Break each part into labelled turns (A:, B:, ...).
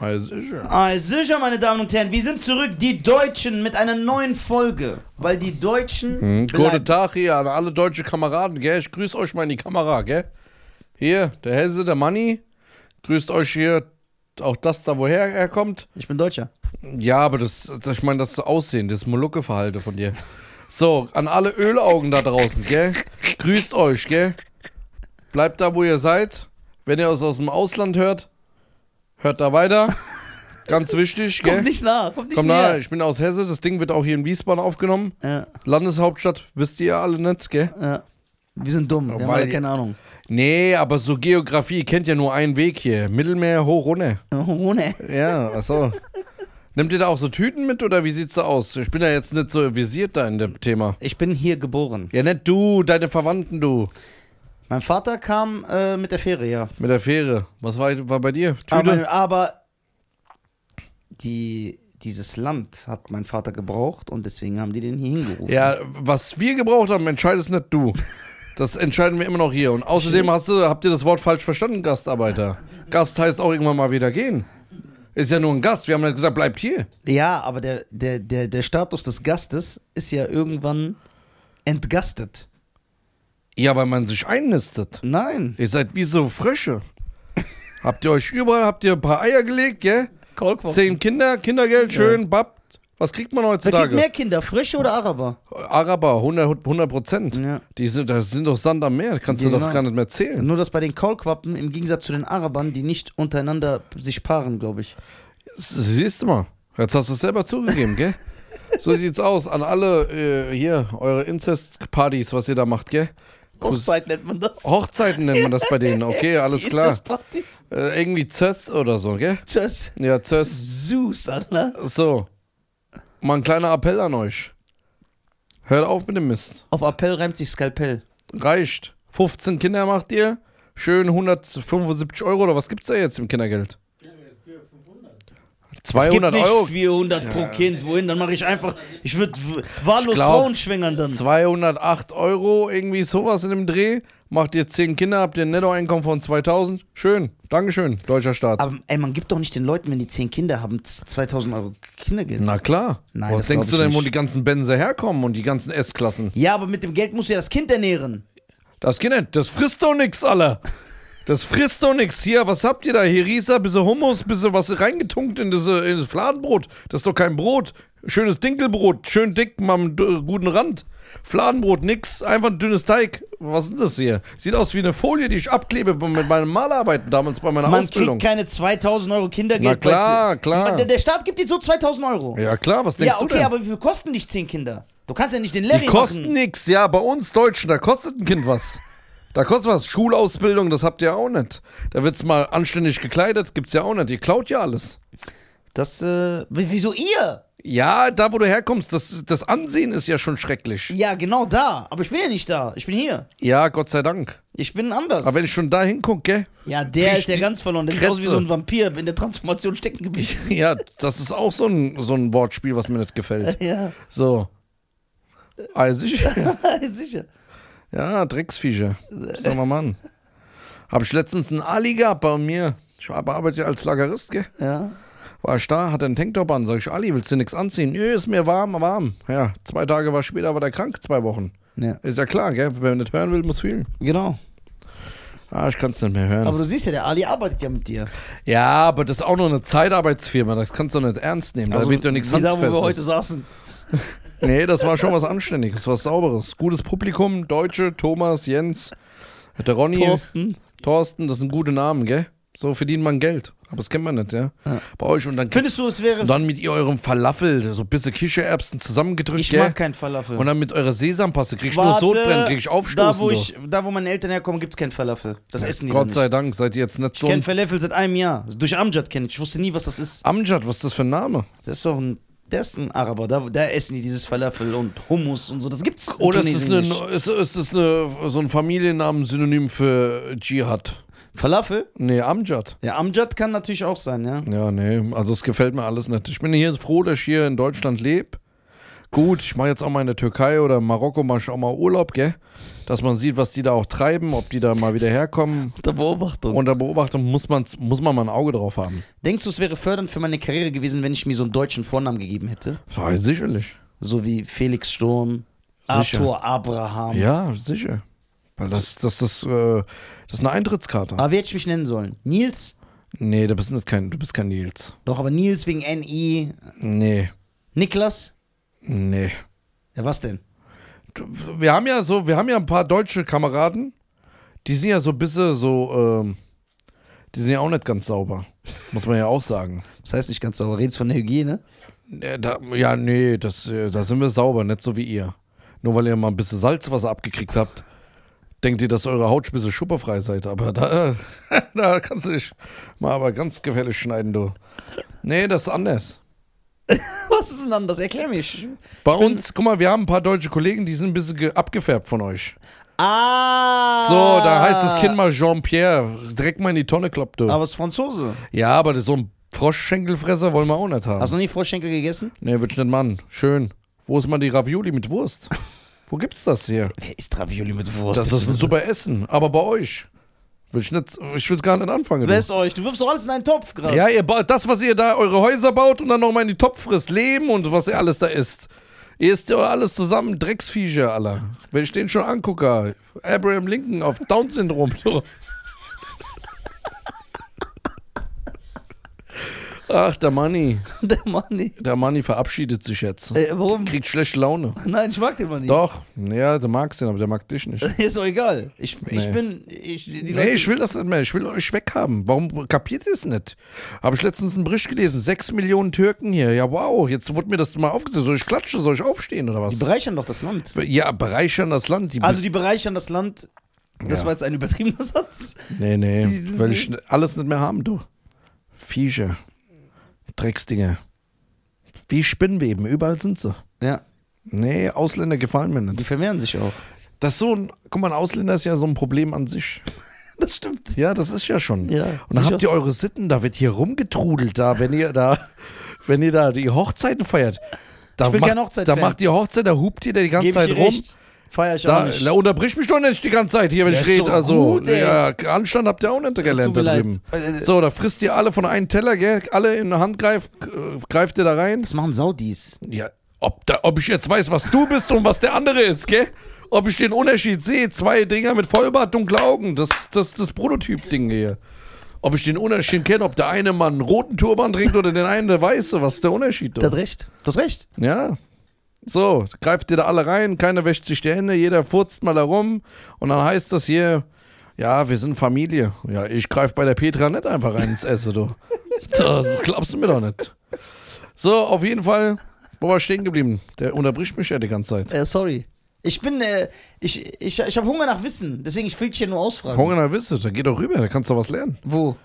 A: Also, sicher.
B: Ah, sicher, meine Damen und Herren, wir sind zurück, die Deutschen, mit einer neuen Folge. Weil die Deutschen.
A: Mhm.
B: beleidigen.
A: Guten Tag hier an alle deutsche Kameraden, gell? Ich grüße euch mal in die Kamera, gell? Hier, der Hesse, der Manni, grüßt euch hier auch das da, woher er kommt.
B: Ich bin Deutscher.
A: Ja, aber das, das ich meine, das Aussehen, das Molucke-Verhalte von dir. So, an alle Ölaugen da draußen, gell? Grüßt euch, gell? Bleibt da, wo ihr seid. Wenn ihr uns aus dem Ausland hört, hört da weiter. Ganz wichtig, gell?
B: Kommt nicht nah, kommt nicht
A: Komm
B: näher.
A: da, ich bin aus Hesse, das Ding wird auch hier in Wiesbaden aufgenommen.
B: Ja,
A: Landeshauptstadt, wisst ihr alle nicht, gell?
B: ja. Wir sind dumm, wir haben
A: Weil-
B: alle keine Ahnung.
A: Nee, aber so Geografie kennt ja nur einen Weg hier. Mittelmeer hoch runter.
B: Ohne.
A: Ja, achso. Nehmt ihr da auch so Tüten mit oder wie sieht's da aus? Ich bin ja jetzt nicht so visiert da in dem Thema.
B: Ich bin hier geboren.
A: Ja, nicht du, deine Verwandten, du.
B: Mein Vater kam äh, mit der Fähre, ja.
A: Mit der Fähre. Was war, war bei dir? Tüte?
B: Aber, aber die, dieses Land hat mein Vater gebraucht und deswegen haben die den hier hingerufen.
A: Ja, was wir gebraucht haben, entscheidest nicht du. Das entscheiden wir immer noch hier. Und außerdem hast du, habt ihr das Wort falsch verstanden, Gastarbeiter. Gast heißt auch irgendwann mal wieder gehen. Ist ja nur ein Gast. Wir haben nicht gesagt, bleibt hier.
B: Ja, aber der, der, der, der Status des Gastes ist ja irgendwann entgastet.
A: Ja, weil man sich einnistet.
B: Nein.
A: Ihr seid wie so Frösche. habt ihr euch überall, habt ihr ein paar Eier gelegt, gell?
B: Kolkwort.
A: Zehn Kinder, Kindergeld, schön, bapp. Was kriegt man
B: Wer kriegt
A: heutzutage?
B: mehr Kinder, Frische oder Araber?
A: Araber, 100 Prozent.
B: Ja.
A: Die sind, das sind doch Sand am Meer, kannst du
B: Genau.
A: doch gar nicht mehr zählen.
B: Nur, dass bei den Kaulquappen im Gegensatz zu den Arabern, die nicht untereinander sich paaren, glaube ich.
A: S- Siehst du mal, jetzt hast du es selber zugegeben, gell? So sieht's aus an alle äh, hier, eure Inzest-Partys, was ihr da macht, gell? Kus-
B: nennt man das.
A: Hochzeiten nennt man das bei denen, okay, alles klar. Äh, irgendwie Zöst oder so, gell?
B: Tschüss.
A: Ja, Zöst.
B: Süß, Alter.
A: So, mal ein kleiner Appell an euch. Hört auf mit dem Mist.
B: Auf Appell reimt sich Skalpell.
A: Reicht. 15 Kinder macht ihr. Schön 175 Euro oder was gibt's da jetzt im Kindergeld? 200
B: es gibt
A: Euro.
B: nicht 400 pro Kind. Wohin? Dann mache ich einfach. Ich würde wahllos
A: Ich glaub,
B: Frauen schwängern dann.
A: 208 Euro, irgendwie sowas in dem Dreh. Macht ihr 10 Kinder, habt ihr ein Nettoeinkommen von 2000. Schön. Dankeschön, deutscher Staat.
B: Aber ey, man gibt doch nicht den Leuten, wenn die 10 Kinder haben, z- 2000 Euro Kindergeld.
A: Na klar.
B: Nein, das
A: was denkst
B: glaub
A: du
B: ich
A: denn, wo
B: nicht.
A: die ganzen Benze herkommen und die ganzen S-Klassen?
B: Ja, aber mit dem Geld musst du ja das Kind ernähren.
A: Das geht nicht. Das frisst doch nix, Alter. Das frisst doch nix. Hier, was habt ihr da? Hier Risa, bisschen Hummus, bisschen was reingetunkt in, diese, in das Fladenbrot. Das ist doch kein Brot. Schönes Dinkelbrot, schön dick, mal einen d- guten Rand. Fladenbrot, nix, einfach ein dünnes Teig. Was ist denn das hier? Sieht aus wie eine Folie, die ich abklebe b- mit meinen Malarbeiten damals bei meiner
B: Man
A: Ausbildung.
B: kriegt keine 2000 Euro Kindergeld.
A: Na klar,
B: weil sie-
A: klar.
B: Der, der Staat gibt dir so 2000 Euro.
A: Ja klar, was denkst
B: Ja,
A: du
B: okay,
A: denn?
B: aber wie viel kosten dich 10 Kinder? Du kannst ja nicht den Larry
A: die kosten
B: machen.
A: nix, ja, bei uns Deutschen, da kostet ein Kind was. Da kostet was. Schulausbildung, das habt ihr auch nicht. Da wird's mal anständig gekleidet, gibt's ja auch nicht. Ihr klaut ja alles.
B: Das, äh, w- wieso ihr?
A: Ja, da wo du herkommst, das, das Ansehen ist ja schon schrecklich.
B: Ja, genau da. Aber ich bin ja nicht da. Ich bin hier.
A: Ja, Gott sei Dank.
B: Ich bin anders.
A: Aber wenn ich schon da hingucke, gell?
B: ja, der ist ja
A: Richtig
B: ganz verloren. Der sieht aus wie
A: Kretze.
B: so ein Vampir in der Transformation stecken geblieben.
A: Ja, das ist auch so ein, so ein Wortspiel, was mir nicht gefällt.
B: ja,
A: So. Also ich,
B: sicher.
A: ja, Drecksviecher. Sag mal, Mann. Habe ich letztens einen Ali gehabt bei mir. Ich arbeite ja als Lagerist, gell?
B: Ja.
A: War ich da, hat einen Tanktop an. Sag ich, Ali, willst du nichts anziehen? Nö, ist mir warm, warm. Ja, zwei Tage war später, war der krank, zwei Wochen.
B: ja.
A: Ist ja klar, gell? Wer nicht hören will, muss fühlen.
B: Genau.
A: Ah, ich kann's nicht mehr hören.
B: Aber du siehst ja, der Ali arbeitet ja mit dir.
A: Ja, aber das ist auch nur eine Zeitarbeitsfirma, das kannst du nicht ernst nehmen. da wird doch nichts
B: Also, wie da, wo wir heute
A: Handfestes.
B: saßen.
A: Nee, das war schon was Anständiges, was Sauberes. Gutes Publikum, Deutsche, Thomas, Jens, der Ronny,
B: Thorsten.
A: Thorsten, das sind gute Namen, gell? So verdient man Geld. Aber das kennt man nicht, ja? Bei euch und dann,
B: Findest du, es wäre.
A: und dann mit ihr eurem Falafel, so ein bisschen Kichererbsen zusammengedrückt,
B: ich
A: gell?
B: mag keinen Falafel.
A: und dann mit eurer Sesampaste krieg ich nur Sodbrennen, krieg ich Aufstoßen.
B: Da wo,
A: du.
B: ich, da, wo meine Eltern herkommen, gibt es kein Falafel. Das essen die
A: Gott
B: da nicht.
A: sei Dank, seid ihr jetzt nicht
B: Ich
A: so
B: kenne
A: ein...
B: Falafel seit einem Jahr. Durch Amjad kenne ich. Ich wusste nie, was das ist.
A: Amjad, was ist das für ein Name?
B: Das ist doch ein, das ist ein Araber. Da, da essen die dieses Falafel und Hummus und so. Das gibt's in
A: Oder Oh, ist es,
B: Tunesien
A: eine, ist,
B: nicht.
A: ist es eine, so ein Familiennamen-Synonym für Dschihad?
B: Falafel?
A: Nee, Amjad.
B: Ja, Amjad kann natürlich auch sein, ja.
A: Ja, nee, also es gefällt mir alles nicht. Ich bin hier froh, dass ich hier in Deutschland lebe. Gut, ich mache jetzt auch mal in der Türkei oder in Marokko mach ich auch mal Urlaub, gell? Dass man sieht, was die da auch treiben, ob die da mal wieder herkommen.
B: Unter Beobachtung.
A: Unter Beobachtung muss, man's, muss man mal ein Auge drauf haben.
B: Denkst du, es wäre fördernd für meine Karriere gewesen, wenn ich mir so einen deutschen Vornamen gegeben hätte?
A: Ja, sicherlich.
B: So wie Felix Sturm,
A: Sicher.
B: Arthur Abraham.
A: Ja, sicher. Weil das, das, das, äh, das ist eine Eintrittskarte.
B: Aber wie hätte ich mich nennen sollen? Nils?
A: Nee, du bist, nicht kein, du bist kein Nils.
B: Doch, aber Nils wegen NI.
A: Nee,
B: Niklas?
A: nee.
B: Ja, was denn?
A: Du, wir haben ja so, wir haben ja ein paar deutsche Kameraden, die sind ja so ein bisschen so, ähm, die sind ja auch nicht ganz sauber. Muss man ja auch sagen.
B: Das heißt nicht ganz sauber. Redest von der Hygiene?
A: Äh, Da, ja, nee, das, äh, da sind wir sauber, nicht so wie ihr. Nur weil ihr mal ein bisschen Salzwasser abgekriegt habt, denkt ihr, dass eure Haut ein bisschen schupperfrei seid. Aber da, da kannst du dich mal aber ganz gefährlich schneiden, du. Nee, das ist anders.
B: Was ist denn anders? Erklär mich.
A: Bei uns, guck mal, wir haben ein paar deutsche Kollegen, die sind ein bisschen ge- abgefärbt von euch.
B: Ah!
A: So, da heißt das Kind mal Jean-Pierre. Direkt mal in die Tonne kloppt, du.
B: Aber es ist Franzose.
A: ja, aber das- so ein Froschschenkelfresser wollen wir auch nicht haben.
B: Hast du noch nie Froschschenkel gegessen?
A: Nee, wird nicht machen. Schön. Wo ist mal die Ravioli mit Wurst? Wo gibt's das hier?
B: Wer ist Ravioli mit Wurst?
A: Das ist ein super Essen, aber bei euch. Will ich, nicht, ich will's gar nicht anfangen.
B: Wer
A: du.
B: ist euch? Du wirfst doch alles in einen Topf gerade.
A: Ja, ihr baut das, was ihr da, eure Häuser baut und dann nochmal in die Topf frisst, Leben und was ihr alles da isst. Ihr isst ja alles zusammen, Drecksviecher, aller. Wenn ich den schon angucke, Abraham Lincoln auf Down-Syndrom. So. Ach, der Manni.
B: Der Manni.
A: Der Manni verabschiedet sich jetzt.
B: Äh, warum?
A: Kriegt schlechte Laune.
B: Nein, ich mag den Manni.
A: Doch, ja, du magst den, aber der mag dich nicht.
B: Ist doch egal. Ich, ich
A: Nee.
B: bin. Ich, die Leute,
A: Nee, ich will das nicht mehr. Ich will euch weghaben. Warum kapiert ihr es nicht? Habe ich letztens einen Bericht gelesen. Sechs Millionen Türken hier. Ja, wow. Jetzt wurde mir das mal aufgesetzt. Soll ich klatschen? Soll ich aufstehen oder
B: die
A: was?
B: bereichern doch das Land.
A: Ja, bereichern das Land. Die
B: Also, die bereichern das Land. Das
A: Ja.
B: war jetzt ein übertriebener Satz.
A: nee, nee.
B: die sind-
A: Will ich alles nicht mehr haben, du. Viecher. Drecksdinger. Wie Spinnweben. Überall sind sie.
B: Ja,
A: Nee, Ausländer gefallen mir
B: die
A: nicht.
B: vermehren sich auch.
A: Das ist so ein, guck mal, ein Ausländer ist ja so ein Problem an sich.
B: Das stimmt.
A: Ja, das ist ja schon.
B: Ja,
A: und dann
B: sicher.
A: habt ihr eure Sitten, da wird hier rumgetrudelt, da, wenn ihr da, wenn ihr da die Hochzeiten feiert. Da
B: Ich bin
A: macht,
B: kein Hochzeitfan.
A: Da macht ihr Hochzeit, da hupt ihr da die ganze
B: Gebe ich
A: Zeit
B: dir
A: rum.
B: recht. Feier ich auch
A: Da,
B: nicht.
A: da unterbrich mich doch nicht die ganze Zeit hier, wenn
B: Ja,
A: ich
B: ist
A: rede.
B: doch
A: Also,
B: gut, ey.
A: ja, Anstand habt ihr auch nicht gelernt da
B: tut mir
A: drüben.
B: leid. Äh,
A: So, da frisst ihr alle von einem Teller, gell? Alle in der Hand greift, äh, greift ihr da rein.
B: Das machen Saudis.
A: Ja, ob, da, ob ich jetzt weiß, was du bist und was der andere ist, gell? Ob ich den Unterschied sehe, zwei Dinger mit Vollbart, dunkle Augen, das das, das Prototyp-Ding hier. Ob ich den Unterschied kenne, ob der eine Mann einen roten Turban trägt oder den einen der weiße, was ist der Unterschied?
B: Der
A: Doch?
B: hat recht. Du hast recht.
A: Ja. So, greift ihr da alle rein, keiner wäscht sich die Hände, jeder furzt mal herum und dann heißt das hier, ja, wir sind Familie. Ja, ich greife bei der Petra nicht einfach rein ins Essen, du. Das glaubst du mir doch nicht. So, auf jeden Fall, wo war ich stehen geblieben? Der unterbricht mich ja die ganze Zeit.
B: Äh, sorry. Ich bin, äh, ich, ich, ich habe Hunger nach Wissen, deswegen ich will dich hier nur ausfragen.
A: Hunger nach Wissen, da geh doch rüber, da kannst du was lernen.
B: Wo?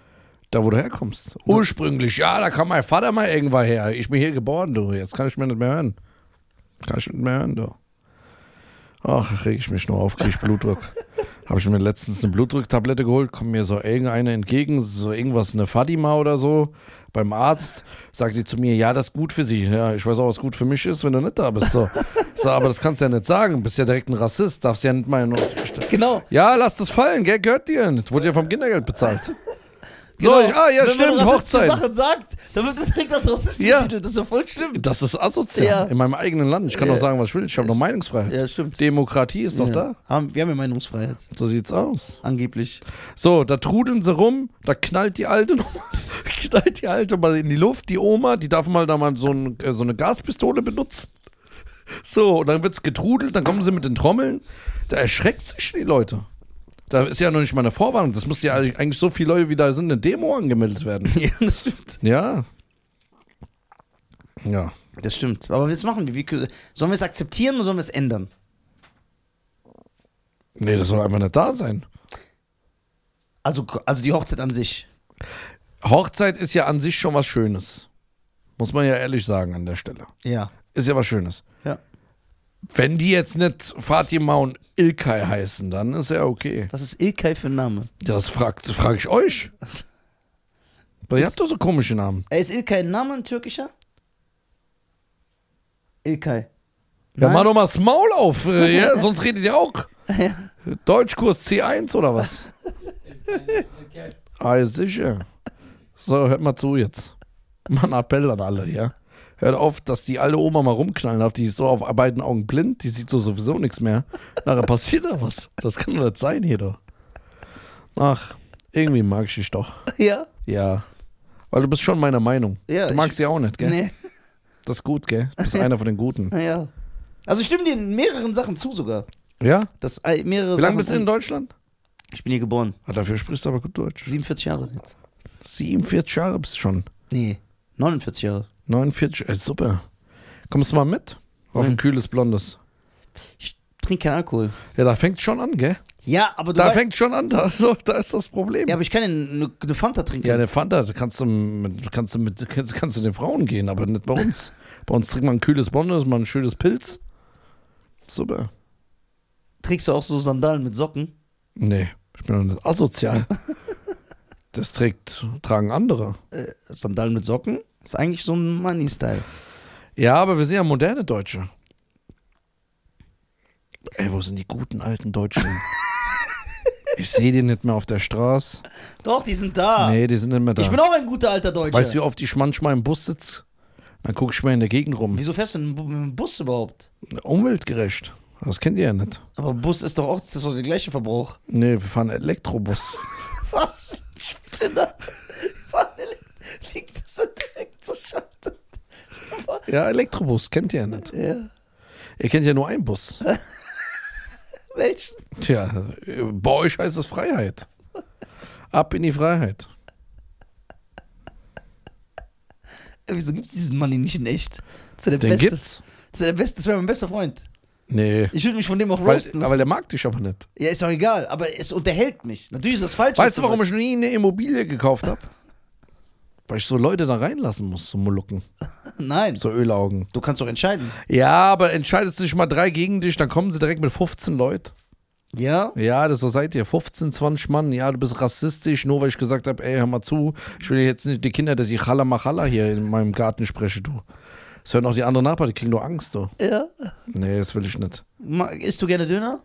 A: Da, wo du herkommst. Ursprünglich, ja, da kam mein Vater mal irgendwann her. Ich bin hier geboren, du. Jetzt kann ich mir nicht mehr hören. Kann ich nicht mehr hören, du. Ach, reg ich mich nur auf, krieg ich Blutdruck. Habe ich mir letztens eine Blutdrucktablette geholt, kommt mir so irgendeine entgegen, so irgendwas, eine Fatima oder so, beim Arzt. Sagt die zu mir, ja, das ist gut für sie. Ja, ich weiß auch, was gut für mich ist, wenn du nicht da bist. So, so aber das kannst du ja nicht sagen. Bist ja direkt ein Rassist, darfst ja nicht meinen.
B: Genau.
A: Ja, lass das fallen, gell? Gehört dir nicht. Wurde ja vom Kindergeld bezahlt.
B: genau.
A: So, ich, ah, ja,
B: Wenn man
A: stimmt,
B: rassistische
A: Hochzeit.
B: Sachen sagt, dann wird man direkt als Rassist
A: Ja.
B: betitelt. Das ist ja voll schlimm.
A: Das ist asozial.
B: Ja.
A: In meinem eigenen Land. Ich kann
B: Ja.
A: doch sagen, was ich will. Ich habe noch Meinungsfreiheit.
B: Ja, stimmt.
A: Demokratie ist doch da.
B: Haben, wir haben ja Meinungsfreiheit,
A: So sieht's aus.
B: angeblich.
A: So, da trudeln sie rum, da knallt die Alte nochmal, knallt die Alte mal in die Luft. Die Oma, die darf mal da mal so, ein, äh, so eine Gaspistole benutzen. So, und dann wird's getrudelt, dann kommen sie mit den Trommeln. Da erschreckt sich die Leute. Da ist ja noch nicht mal eine Vorwarnung. Das müssten ja eigentlich so viele Leute, wie da sind, eine Demo angemeldet werden.
B: Ja, das stimmt.
A: Ja. Ja.
B: Das stimmt. Aber was machen wir? Wie, kö- sollen wir es akzeptieren oder sollen wir es ändern?
A: Nee, das soll einfach nicht da sein.
B: Also, also die Hochzeit an sich.
A: Hochzeit ist ja an sich schon was Schönes. Muss man ja ehrlich sagen an der Stelle.
B: Ja.
A: Ist ja was Schönes.
B: Ja.
A: Wenn die jetzt nicht Fatima und Ilkay heißen, dann ist ja okay.
B: Was ist Ilkay für ein Name?
A: Das frage frag ich euch. Weil ihr habt doch so komische Namen.
B: Äh, ist Ilkay ein Name, ein türkischer? Ilkay.
A: Ja,
B: Nein.
A: mach doch mal das Maul auf, äh, ja, sonst redet ihr auch. Deutschkurs C1 oder was? ah, ist sicher. So, hört mal zu jetzt. Mal ein Appell an alle, ja. Hört auf, dass die alte Oma mal rumknallen darf. Die ist so auf beiden Augen blind, die sieht so sowieso nichts mehr. Nachher passiert da was. Das kann doch nicht sein hier doch. Ach, irgendwie mag ich dich doch.
B: Ja.
A: Ja. Weil du bist schon meiner Meinung.
B: Ja,
A: du magst
B: ich-
A: sie auch nicht, gell?
B: Nee.
A: Das ist gut, gell? Du bist einer von den Guten.
B: Ja. Also ich stimme dir in mehreren Sachen zu sogar.
A: Ja?
B: Das, äh, mehrere
A: Wie lange
B: Sachen
A: bist du in
B: Deutschland?
A: Deutschland?
B: Ich bin hier geboren.
A: Ah, dafür sprichst du aber gut Deutsch.
B: 47 Jahre jetzt.
A: 47 Jahre bist du schon.
B: Nee, 49 Jahre.
A: 49, äh, super. Kommst du mal mit? Auf ein kühles Blondes.
B: Ich trinke keinen Alkohol.
A: Ja, da fängt schon an, gell?
B: Ja, aber du
A: Da
B: weißt-
A: fängt schon an, da, so, da ist das Problem.
B: Ja,
A: Ja,
B: aber ich kann eine, eine Fanta trinken.
A: eine Fanta, da kannst du, mit, kannst, du mit, kannst, kannst du den Frauen gehen, aber nicht bei uns. bei uns trinkt man ein kühles Blondes, mal ein schönes Pilz. Super.
B: Trägst du auch so Sandalen mit Socken?
A: Nee, ich bin doch nicht asozial. das trägt, tragen andere.
B: Äh, Sandalen mit Socken? Ist eigentlich so ein Money-Style.
A: Ja, aber wir sind ja moderne Deutsche. Ey, wo sind die guten alten Deutschen? ich sehe die nicht mehr auf der Straße.
B: Doch, die sind da.
A: Nee, die sind nicht mehr da.
B: Ah. Ich bin auch ein guter alter Deutscher.
A: weißt du, wie oft ich manchmal im Bus sitze? Dann gucke ich mir in der Gegend rum.
B: Wieso fährst du denn mit dem Bus überhaupt?
A: Umweltgerecht. Das kennt ihr ja nicht.
B: Aber Bus ist doch auch das ist doch der gleiche Verbrauch.
A: Nee, wir fahren Elektrobus.
B: Was? für ein Spinner. Wann liegt das denn direkt zu Schatten?
A: ja, Elektrobus kennt ihr ja nicht.
B: Ja.
A: Ihr kennt ja nur einen Bus.
B: Welchen?
A: Tja, bei euch heißt es Freiheit. Ab in die Freiheit.
B: Ey, Wieso gibt es diesen Mann nicht in echt? Zu der
A: Den
B: beste,
A: gibt's.
B: Zu der beste, das wäre mein bester Freund.
A: Nee.
B: Ich würde mich von dem auch
A: Weil,
B: roasten.
A: aber der mag dich aber nicht.
B: ja, ist doch egal, aber es unterhält mich. Natürlich ist das falsch.
A: Weißt du, warum ich nie eine Immobilie gekauft habe? Weil ich so Leute da reinlassen muss, so Molukken,
B: Nein,
A: so Ölaugen.
B: du kannst doch entscheiden.
A: Ja, aber entscheidest du dich mal drei gegen dich, dann kommen sie direkt mit 15 Leuten.
B: Ja?
A: Ja, das so seid ihr, 15, 20 Mann. Ja, du bist rassistisch, nur weil ich gesagt habe, ey, hör mal zu, ich will jetzt nicht die Kinder, dass ich Halla Machala hier in meinem Garten spreche, du. Das hören auch die anderen Nachbarn, die kriegen nur Angst, du.
B: Ja.
A: Nee, das will ich nicht.
B: Ma- Isst du gerne Döner?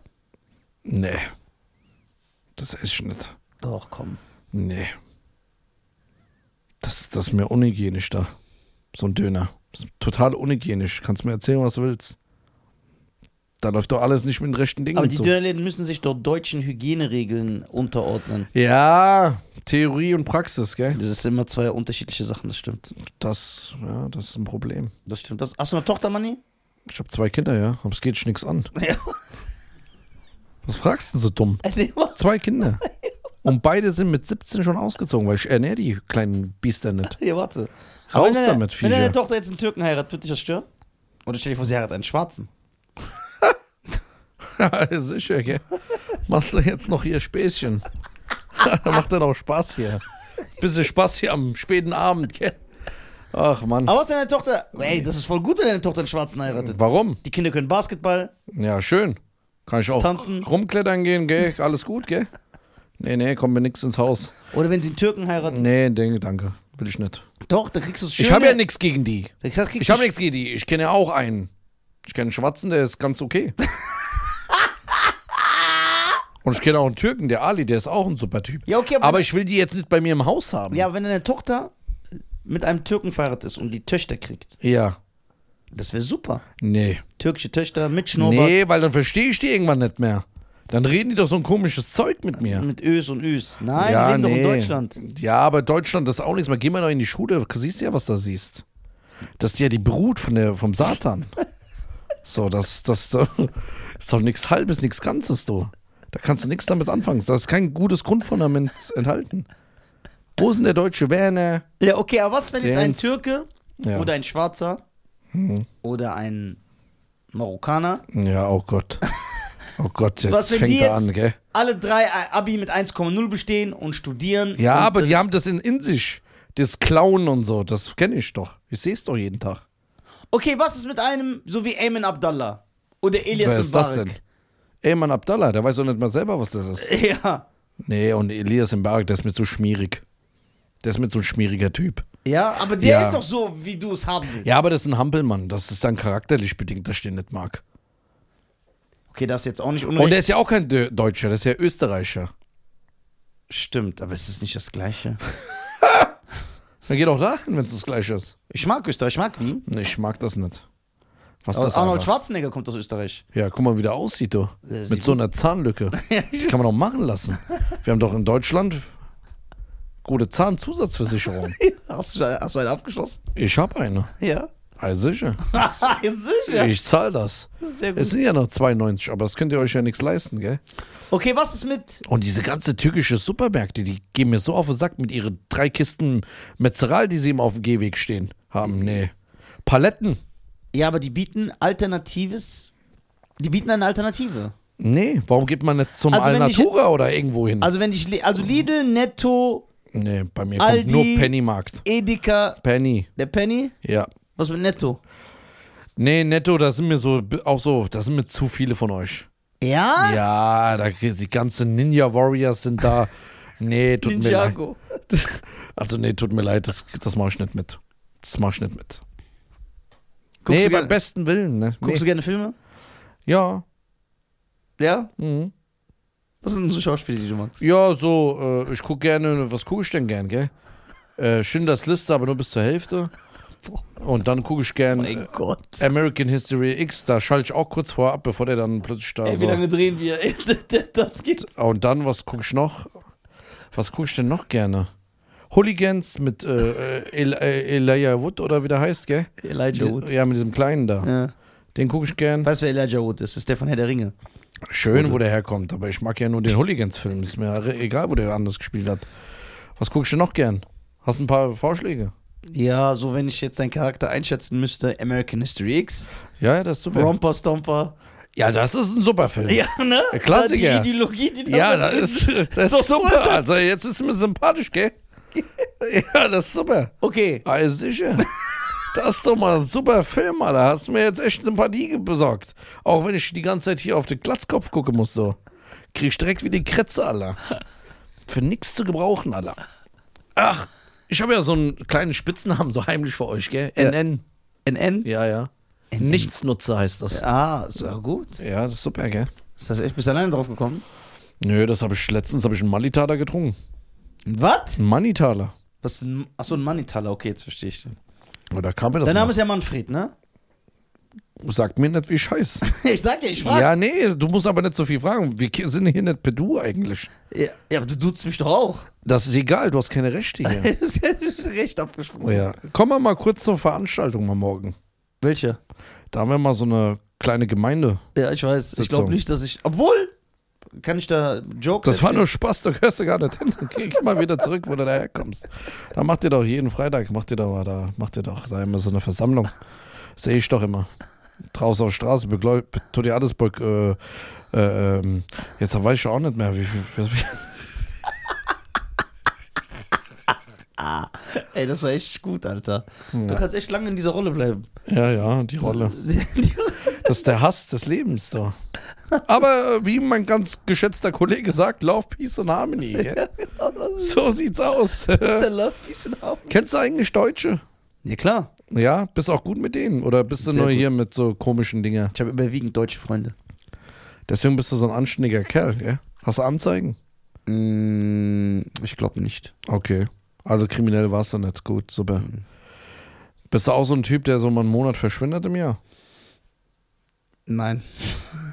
A: Nee. Das esse ich nicht.
B: Doch, komm.
A: Nee. Das, das ist mir unhygienisch da. So ein Döner. Das ist total unhygienisch. Kannst mir erzählen, was du willst. Da läuft doch alles nicht mit den rechten Dingen
B: Aber die
A: zu.
B: Dönerläden müssen sich doch deutschen Hygieneregeln unterordnen.
A: ja, Theorie und Praxis, gell?
B: Das ist immer zwei unterschiedliche Sachen, das stimmt.
A: Das, ja, das ist ein Problem.
B: Das stimmt. Das, hast du eine Tochter, Manni?
A: Ich habe zwei Kinder, ja. Aber es geht sich nichts an.
B: Ja.
A: Was fragst du denn so dumm? Zwei Kinder. Und beide sind mit 17 schon ausgezogen, weil ich ernähre die kleinen Biester nicht.
B: Ja, warte. Raus
A: Raus
B: wenn deine,
A: damit,
B: Wenn deine
A: Viecher.
B: Tochter jetzt einen Türken heiratet, wird dich das stören? Oder stell dir vor, sie heiratet einen Schwarzen.
A: Ja, sicher, gell? Machst du jetzt noch hier Späßchen? Macht dann auch Spaß hier. Bisschen Spaß hier am späten Abend, gell? Ach Mann.
B: Aber was deine Tochter. Ey, das ist voll gut, wenn deine Tochter einen Schwarzen heiratet.
A: Warum?
B: Die Kinder können Basketball.
A: Ja, schön. Kann ich auch
B: Tanzen.
A: rumklettern gehen, gell? Alles gut, gell? Nee, nee, kommt mir nichts ins Haus.
B: Oder wenn sie einen Türken heiratet.
A: Nee, denke, danke. Will ich nicht.
B: Doch, dann kriegst du es schön.
A: Ich habe ja nichts gegen die. Ich habe
B: nichts.
A: nichts gegen die. Ich kenne ja auch einen. Ich kenne einen Schwarzen, der ist ganz okay. Und ich kenne auch einen Türken, der Ali, der ist auch ein super Typ.
B: Ja, okay, aber-
A: aber, ich will die jetzt nicht bei mir im Haus haben.
B: Ja, wenn deine Tochter mit einem Türken verheiratet ist und die Töchter kriegt.
A: Ja.
B: Das wäre super.
A: Nee.
B: Türkische Töchter mit Schnurrbart.
A: Nee, weil dann verstehe ich die irgendwann nicht mehr. Dann reden die doch so ein komisches Zeug mit mir.
B: Mit Ös und Üs. Nein, die leben doch in Deutschland.
A: Ja, aber Deutschland, das ist auch nichts mehr. Geh mal noch in die Schule, siehst du ja, was da siehst. Das ist ja die Brut von der, vom Satan. so, das, das, das ist doch nichts Halbes, nichts Ganzes, du. Da kannst du nichts damit anfangen. Da ist kein gutes Grundfundament enthalten. Wo ist denn der deutsche Werner?
B: Ja, okay, aber was, wenn jetzt ein
A: Dance.
B: Türke
A: Ja. Hm.
B: oder ein Schwarzer oder ein Marokkaner,
A: Ja, oh Gott. Oh Gott, jetzt
B: Was, wenn die
A: fängt er
B: jetzt-
A: an, gell?
B: alle drei Abi mit 1,0 bestehen und studieren?
A: Ja,
B: und,
A: aber
B: äh,
A: die haben das in, in sich. Das Klauen und so, das kenne ich doch. Ich sehe es doch jeden Tag.
B: Okay, was ist mit einem, so wie Ayman Abdallah oder Elias
A: Wer ist das denn?
B: Mbarek?
A: Eman Abdallah, der weiß doch nicht mal selber, was das ist.
B: Ja,
A: Nee, und Elias Mbarek, der ist mir zu schmierig. Der ist mir so ein schmieriger Typ.
B: Ja, aber der
A: Ja.
B: ist doch so, wie du es haben willst.
A: Ja, aber das ist ein Hampelmann. Das ist dann charakterlich bedingt, dass ich den nicht mag.
B: Okay, das ist jetzt auch nicht
A: Und
B: unrecht.
A: der ist ja auch kein Dö- Deutscher, das ist ja Österreicher.
B: Stimmt, aber es ist nicht das Gleiche.
A: Dann geh doch dahin, wenn es das Gleiche ist.
B: Ich mag Österreich, ich mag Wien.
A: Nee, ich mag das nicht. Was ist
B: Aber
A: das
B: Arnold
A: einfach?
B: Schwarzenegger kommt aus Österreich.
A: Ja, guck mal, wie der aussieht, du.
B: Der
A: Mit
B: sieht
A: so einer Zahnlücke. Kann man doch machen lassen. Wir haben doch in Deutschland gute Zahnzusatzversicherung.
B: Hast du, hast du einen abgeschossen?
A: Ich hab eine.
B: Ja.
A: Ja, sicher.
B: Ist sicher.
A: Ich zahle das.
B: Sehr
A: Es sind ja noch 92, aber das könnt ihr euch ja nichts leisten, gell?
B: Okay, was ist mit.
A: Und diese ganze türkische Supermärkte, die gehen mir so auf den Sack mit ihren drei Kisten Metzeral, die sie ihm auf dem Gehweg stehen haben. Nee. Paletten.
B: Ja, aber die bieten alternatives. Die bieten eine Alternative.
A: Nee, warum geht man nicht zum
B: Also wenn ich-
A: Alnatura oder irgendwo hin?
B: Also wenn ich. Le- Also Lidl, Netto,
A: nee, bei mir
B: Aldi-
A: kommt nur Pennymarkt.
B: Edeka,
A: Penny,
B: der Penny.
A: ja.
B: Was mit Netto?
A: Nee, netto, das sind mir so, auch so, das sind mir zu viele von euch.
B: Ja?
A: Ja, da, die ganzen Ninja Warriors sind da. Nee, tut mir leid.
B: Ninjago.
A: Also nee, tut mir leid, das, das mache ich nicht mit. Das mache ich nicht mit.
B: Guckst,
A: nee,
B: du
A: beim
B: gerne,
A: besten Willen, ne?
B: guckst du
A: nee.
B: gerne Filme?
A: Ja.
B: Ja?
A: Mhm.
B: Was sind so Schauspiele, die du magst?
A: Ja, so, äh, ich gucke gerne, was gucke ich denn gern, gell? Äh, Schindlers Liste, aber nur bis zur Hälfte. Und dann gucke ich gern äh,
B: Oh Mein Gott.
A: American History X, da schalte ich auch kurz vorher ab, bevor der dann plötzlich da
B: Ey, wie
A: so. Ah,
B: lange drehen wir? Ey, Das geht.
A: Und dann, was gucke ich noch? Was gucke ich denn noch gerne? Hooligans mit äh, äh, El- äh, Elijah Wood oder wie der heißt, gell?
B: Elijah Wood.
A: Ja, mit diesem Kleinen da.
B: Ja.
A: Den gucke ich gern.
B: Weißt du, wer Elijah Wood ist? Das ist der von Herr der Ringe.
A: Schön, wo der herkommt, aber ich mag ja nur den Hooligans-Film. Ist mir re- egal, wo der anders gespielt hat. Was gucke ich denn noch gern? Hast ein paar Vorschläge?
B: Ja, so wenn ich jetzt deinen Charakter einschätzen müsste, American History X,
A: Ja, ja, das ist super.
B: Romper Stomper.
A: Ja, das ist ein super Film. Ja,
B: ne?
A: Ein Klassiker.
B: Die Ideologie, die da
A: ja
B: mit
A: das
B: drin
A: ist, das ist super. Also, jetzt ist mir sympathisch, gell? ja, das ist super.
B: Okay,
A: Ah, ist sicher. Das ist doch mal ein super Film, Alter. Hast mir jetzt echt Sympathie besorgt. Auch wenn ich die ganze Zeit hier auf den Glatzkopf gucken muss, so. Krieg ich direkt wie die Kretze, Alter. Für nichts zu gebrauchen, Alter. Ach, ich habe ja so einen kleinen Spitznamen, so heimlich für euch, gell?
B: Ja.
A: NN.
B: NN.
A: Ja, ja. Nichtsnutzer heißt das. Ja.
B: Ah, so ja, gut.
A: das ist super, gell?
B: Ist das echt, bist du alleine drauf gekommen?
A: Nö, das habe ich letztens, habe ich einen Malitaler getrunken.
B: Was?
A: Einen Manitaler.
B: Was ist ein, achso, ein Manitaler, okay, jetzt verstehe ich.
A: Und da kam mir das.
B: Dein Name
A: Mal.
B: ist ja Manfred, ne?
A: Sagt mir nicht, wie ich heiß.
B: Ich sag ja, ich frage.
A: Ja, nee, du musst aber nicht so viel fragen. Wir sind hier nicht per Du eigentlich.
B: Ja. ja, aber du duzt mich doch auch.
A: Das ist egal, du hast keine Rechte hier. Oh
B: Recht abgesprungen.
A: ja. Kommen wir mal kurz zur Veranstaltung mal morgen.
B: Welche?
A: Da haben wir mal so eine kleine Gemeinde.
B: Ja, ich weiß. Ich
A: Sitzung.
B: glaube nicht, dass ich. Obwohl, kann ich da Jokes.
A: Das war
B: erzählen?
A: nur Spaß, da gehörst du gar nicht hin. Geh mal wieder zurück, wo du daherkommst. Da macht ihr doch jeden Freitag, macht ihr da mal da, macht ihr doch da immer so eine Versammlung. Sehe ich doch immer. Draußen auf der Straße, Begläu- tut ihr alles, Beug- äh, äh, ähm, jetzt weiß ich auch nicht mehr, wie viel. wie-
B: Ey, das war echt gut, Alter. Du kannst echt lange in dieser Rolle bleiben.
A: Ja, ja, die Rolle.
B: Die-
A: Das ist der Hass des Lebens da. Aber äh, wie mein ganz geschätzter Kollege sagt, Love, Peace and Harmony. Gell? So sieht's aus.
B: Ist der Love Peace and Harmony?
A: Kennst du eigentlich Deutsche?
B: Ja, klar.
A: Ja, bist auch gut mit denen oder bist du
B: Sehr
A: nur
B: gut.
A: hier mit so komischen Dingen?
B: Ich habe überwiegend deutsche Freunde.
A: Deswegen bist du so ein anständiger Kerl, gell? Hast du Anzeigen?
B: Mm, ich glaube nicht.
A: Okay. Also kriminell warst du nicht. Gut, super.
B: Mhm.
A: Bist du auch so ein Typ, der so mal einen Monat verschwindet im Jahr?
B: Nein.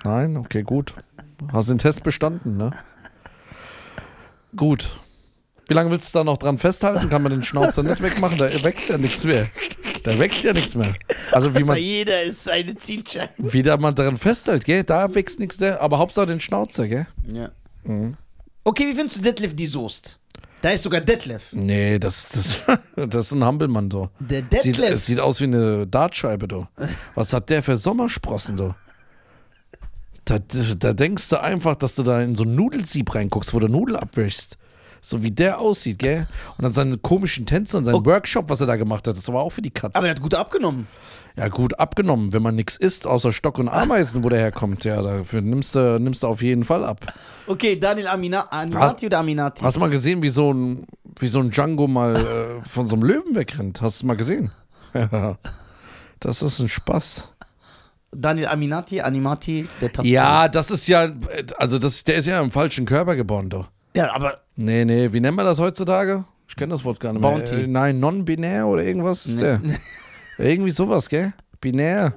A: Nein? Okay, gut. Hast den Test bestanden, ne? Gut. Wie lange willst du da noch dran festhalten? Kann man den Schnauzer nicht wegmachen? Da wächst ja nichts mehr. Da wächst ja nichts mehr. Also wie man
B: jeder ist eine Zielscheibe.
A: wie da man dran festhält, gell? Da wächst nichts der, aber Hauptsache den Schnauzer, gell?
B: Ja.
A: Mhm.
B: Okay, wie findest du Detlef die Soest? Da ist sogar Detlef.
A: Nee, das, das, das ist ein Hampelmann, du.
B: Der
A: Sieht,
B: Detlef.
A: es sieht aus wie eine Dartscheibe, du. Was hat der für Sommersprossen, du? Da, da denkst du einfach, dass du da in so ein Nudelsieb reinguckst, wo du Nudel abwischst. So wie der aussieht, gell? Und dann seine komischen Tänze und seinen Workshop, was er da gemacht hat, das war auch für die Katze.
B: Aber Also er hat gut abgenommen.
A: ja, gut, abgenommen, wenn man nichts isst, außer Stock und Ameisen, wo der herkommt. Ja, dafür nimmst du, nimmst du auf jeden Fall ab.
B: Okay, Daniel Amina Aminati oder Aminati?
A: Hast du mal gesehen, wie so ein, wie so ein Django mal äh, von so einem Löwen wegrennt. Hast du mal gesehen? Ja. Das ist ein Spaß.
B: Daniel Aminati, Animati, der Tapfer.
A: Ja, das ist ja, also das, der ist ja im falschen Körper geboren, doch.
B: Ja, aber
A: Nee, nee, wie nennt man das heutzutage? Ich kenne das Wort gar nicht mehr.
B: Bounty.
A: Äh, nein, non-binär oder irgendwas ist der. Irgendwie sowas, gell? Binär.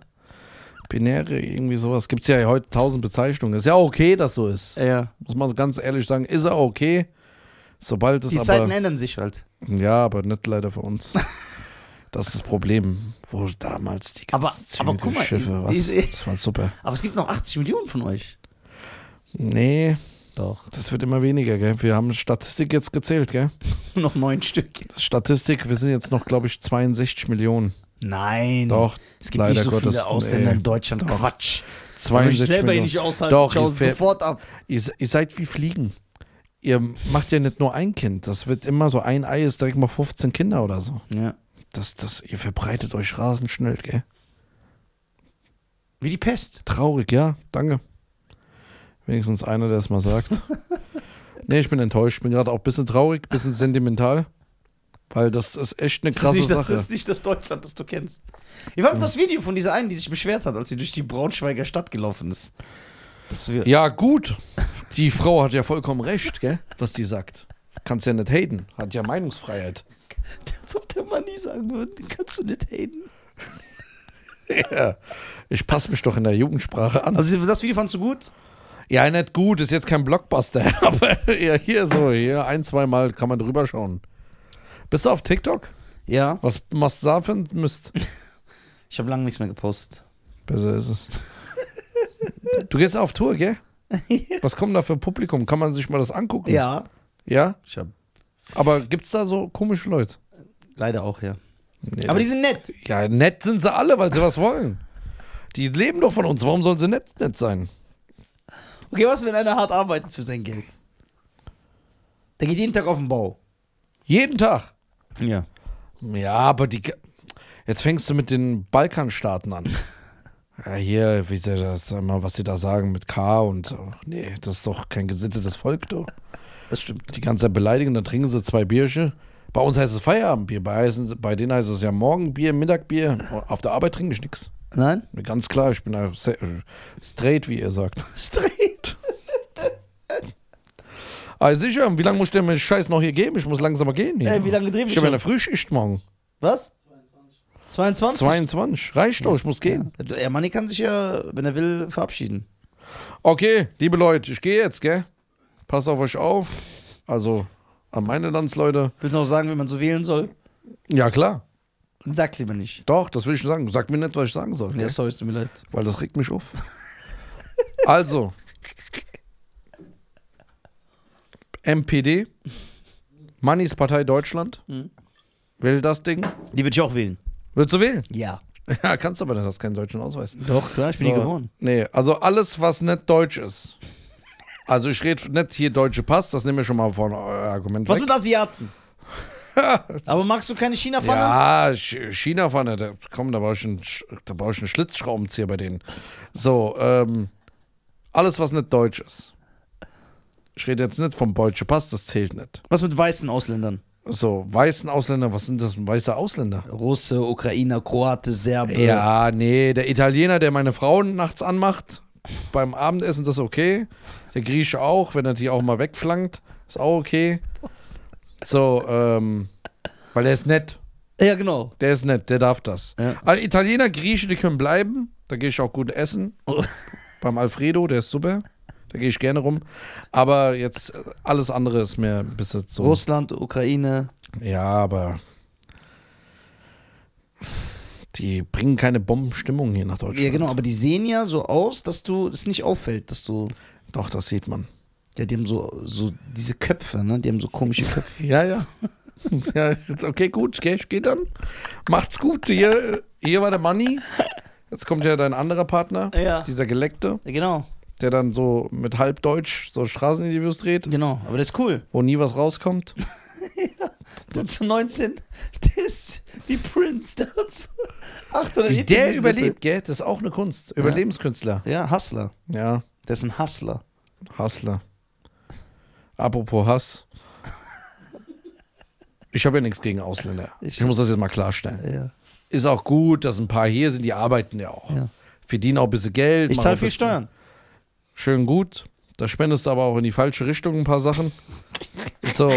A: Binäre, irgendwie sowas. Gibt es ja heute tausend Bezeichnungen. Ist ja auch okay, dass so ist.
B: ja.
A: Muss man ganz ehrlich sagen, ist ja auch okay. Sobald es
B: die
A: aber.
B: Zeiten ändern sich halt.
A: Ja, aber nicht leider für uns. Das ist das Problem, wo damals die
B: Aber-
A: ganzen
B: aber guck mal, eh-
A: Schiffe, was,
B: ich- ich-
A: das war super.
B: Aber es gibt noch 80 Millionen von euch.
A: Nee,
B: Doch.
A: das wird immer weniger, gell? Wir haben Statistik jetzt gezählt, gell?
B: noch neun Stück.
A: Statistik, wir sind jetzt noch, glaube ich, 62 Millionen.
B: Nein.
A: Doch,
B: Es gibt
A: leider
B: nicht so
A: Gottes.
B: viele Ausländer
A: nee.
B: in Deutschland. Quatsch. Kann ich
A: 62
B: selber hier
A: Millionen.
B: nicht aushalten.
A: Doch,
B: ich hau's
A: ihr, ver-
B: sofort ab.
A: ihr, se- ihr seid wie Fliegen. Ihr macht ja nicht nur ein Kind. Das wird immer so ein Ei ist direkt mal 15 Kinder oder so.
B: Ja.
A: Das, das, ihr verbreitet euch rasend schnell, gell?
B: Wie die Pest.
A: Traurig, ja, danke. Wenigstens einer, der es mal sagt. nee, ich bin enttäuscht. Ich bin gerade auch ein bisschen traurig, ein bisschen sentimental. Weil das ist echt eine
B: Das ist,
A: krasse
B: nicht, das
A: Sache.
B: ist nicht das Deutschland, das du kennst. Wir haben das Video von dieser einen, die sich beschwert hat, als sie durch die Braunschweiger Stadt gelaufen ist. Das wir
A: Ja, gut. Die Frau hat ja vollkommen recht, gell, was sie sagt. Kannst ja nicht haten. Hat ja Meinungsfreiheit.
B: Als ob der Mann nie sagen würde, den kannst du nicht haten.
A: Ja. Ich passe mich doch in der Jugendsprache an.
B: Also das Video fandst du gut?
A: Ja, nicht gut, ist jetzt kein Blockbuster, aber ja, hier so, hier ein, zweimal kann man drüber schauen. Bist du auf TikTok?
B: Ja.
A: Was machst du da für ein Mist?
B: Ich habe lange nichts mehr gepostet.
A: Besser ist es. Du gehst auf Tour, gell? Was kommt da für Publikum? Kann man sich mal das angucken?
B: Ja.
A: Ja?
B: Ich habe
A: Aber gibt's da so komische Leute?
B: leider auch, ja.
A: Nee,
B: Aber die sind nett.
A: Ja, nett sind sie alle, weil sie was wollen. Die leben doch von uns. Warum sollen sie nett, nett sein?
B: Okay, was, wenn einer hart arbeitet für sein Geld? Der geht jeden Tag auf den Bau.
A: Jeden Tag.
B: Ja.
A: Ja, aber die. Jetzt fängst du mit den Balkanstaaten an. Ja, hier, wie sie das immer, was sie da sagen mit K und. ach nee, das ist doch kein gesittetes Volk, du.
B: Das stimmt.
A: Die ganze Zeit beleidigen, dann trinken sie zwei Bierchen. Bei uns heißt es Feierabendbier, bei, heißen sie- bei denen heißt es ja Morgenbier, Mittagbier. Auf der Arbeit trinke ich nichts.
B: Nein?
A: Ganz klar, ich bin da se- straight, wie ihr sagt.
B: Straight.
A: Ah, sicher, wie lange muss ich denn meinen Scheiß noch hier geben? Ich muss langsam mal gehen. Hier.
B: Ey, Äh, wie lange drehen wir
A: Ich habe
B: schon?
A: eine Frühschicht morgen.
B: Was? 22.
A: 22. Reicht doch, ich muss gehen.
B: Ja, der Manni kann sich ja, wenn er will, verabschieden.
A: Okay, liebe Leute, ich gehe jetzt, gell? Passt auf euch auf. Also, an meine Landsleute.
B: Willst du noch sagen, wie man so wählen soll?
A: Ja, klar.
B: Dann sag's lieber nicht.
A: Doch, das will ich schon sagen. Sag mir nicht, was ich sagen soll.
B: Ja,
A: Gell?
B: sorry, es tut mir leid.
A: Weil das regt mich auf. Also. MPD. Mannis Partei Deutschland.
B: Mhm.
A: Will das Ding.
B: Die würde ich auch wählen.
A: Willst du wählen?
B: Ja.
A: Ja, kannst aber nicht, hast keinen deutschen Ausweis.
B: Doch, klar, ich bin hier geboren.
A: Nee, also alles, was nicht deutsch ist. Also ich rede nicht hier deutsche Pass, das nehme ich schon mal von euer Argument
B: Was
A: weg.
B: mit Asiaten? Aber magst du keine China-Pfanne?
A: Ja, Ch- China-Pfanne, da, komm, da brauche ich, einen Sch- da brauch ich einen Schlitzschraubenzieher bei denen. So, ähm, alles, was nicht deutsch ist. Ich rede jetzt nicht vom deutschen Pass, das zählt nicht.
B: Was mit weißen Ausländern?
A: So, weißen Ausländer, was sind das, ein weißer Ausländer?
B: Russe, Ukrainer, Kroate, Serbe.
A: Ja, nee, der Italiener, der meine Frau nachts anmacht, beim Abendessen, das ist okay. Der Grieche auch, wenn er die auch mal wegflankt, ist auch okay. So, ähm, weil der ist nett.
B: Ja, genau.
A: Der ist nett, der darf das.
B: Ja.
A: Also Italiener, Grieche, die können bleiben. Da gehe ich auch gut essen.
B: Oh.
A: Beim Alfredo, der ist super. Da gehe ich gerne rum. Aber jetzt äh, alles andere ist mir ein bisschen
B: Mhm.
A: so.
B: Russland, Ukraine.
A: Ja, aber. Die bringen keine Bombenstimmung hier nach Deutschland.
B: Ja, genau, aber die sehen ja so aus, dass du es nicht auffällt, dass du.
A: Doch, das sieht man.
B: Ja, die haben so, so diese Köpfe, ne? Die haben so komische Köpfe.
A: Ja, ja. ja jetzt, okay, gut, geh, ich geh dann. Macht's gut. Hier, äh, hier war der Money. Jetzt kommt ja dein anderer Partner,
B: Ja.
A: dieser Geleckte,
B: Ja, genau,
A: der dann so mit Halbdeutsch so Straßeninterviews dreht,
B: genau. Aber das ist cool.
A: wo nie was rauskommt.
B: Der zu 19, der ist wie Prince. Der hat so 800
A: Wie der
B: Interviews-
A: überlebt, gell? Das ist auch eine Kunst. Überlebenskünstler.
B: Ja, Hustler.
A: Ja,
B: Der ist ein Hustler.
A: Hassler. Apropos Hass. Ich habe ja nichts gegen Ausländer. Ich,
B: Ich-
A: muss das jetzt mal klarstellen.
B: Ja.
A: Ist auch gut, dass ein paar hier sind, die arbeiten ja auch.
B: Ja.
A: Verdienen auch ein bisschen Geld.
B: Ich
A: machen
B: zahle
A: ein
B: viel
A: bisschen-
B: Steuern.
A: Schön gut. Da spendest du aber auch in die falsche Richtung ein paar Sachen. So.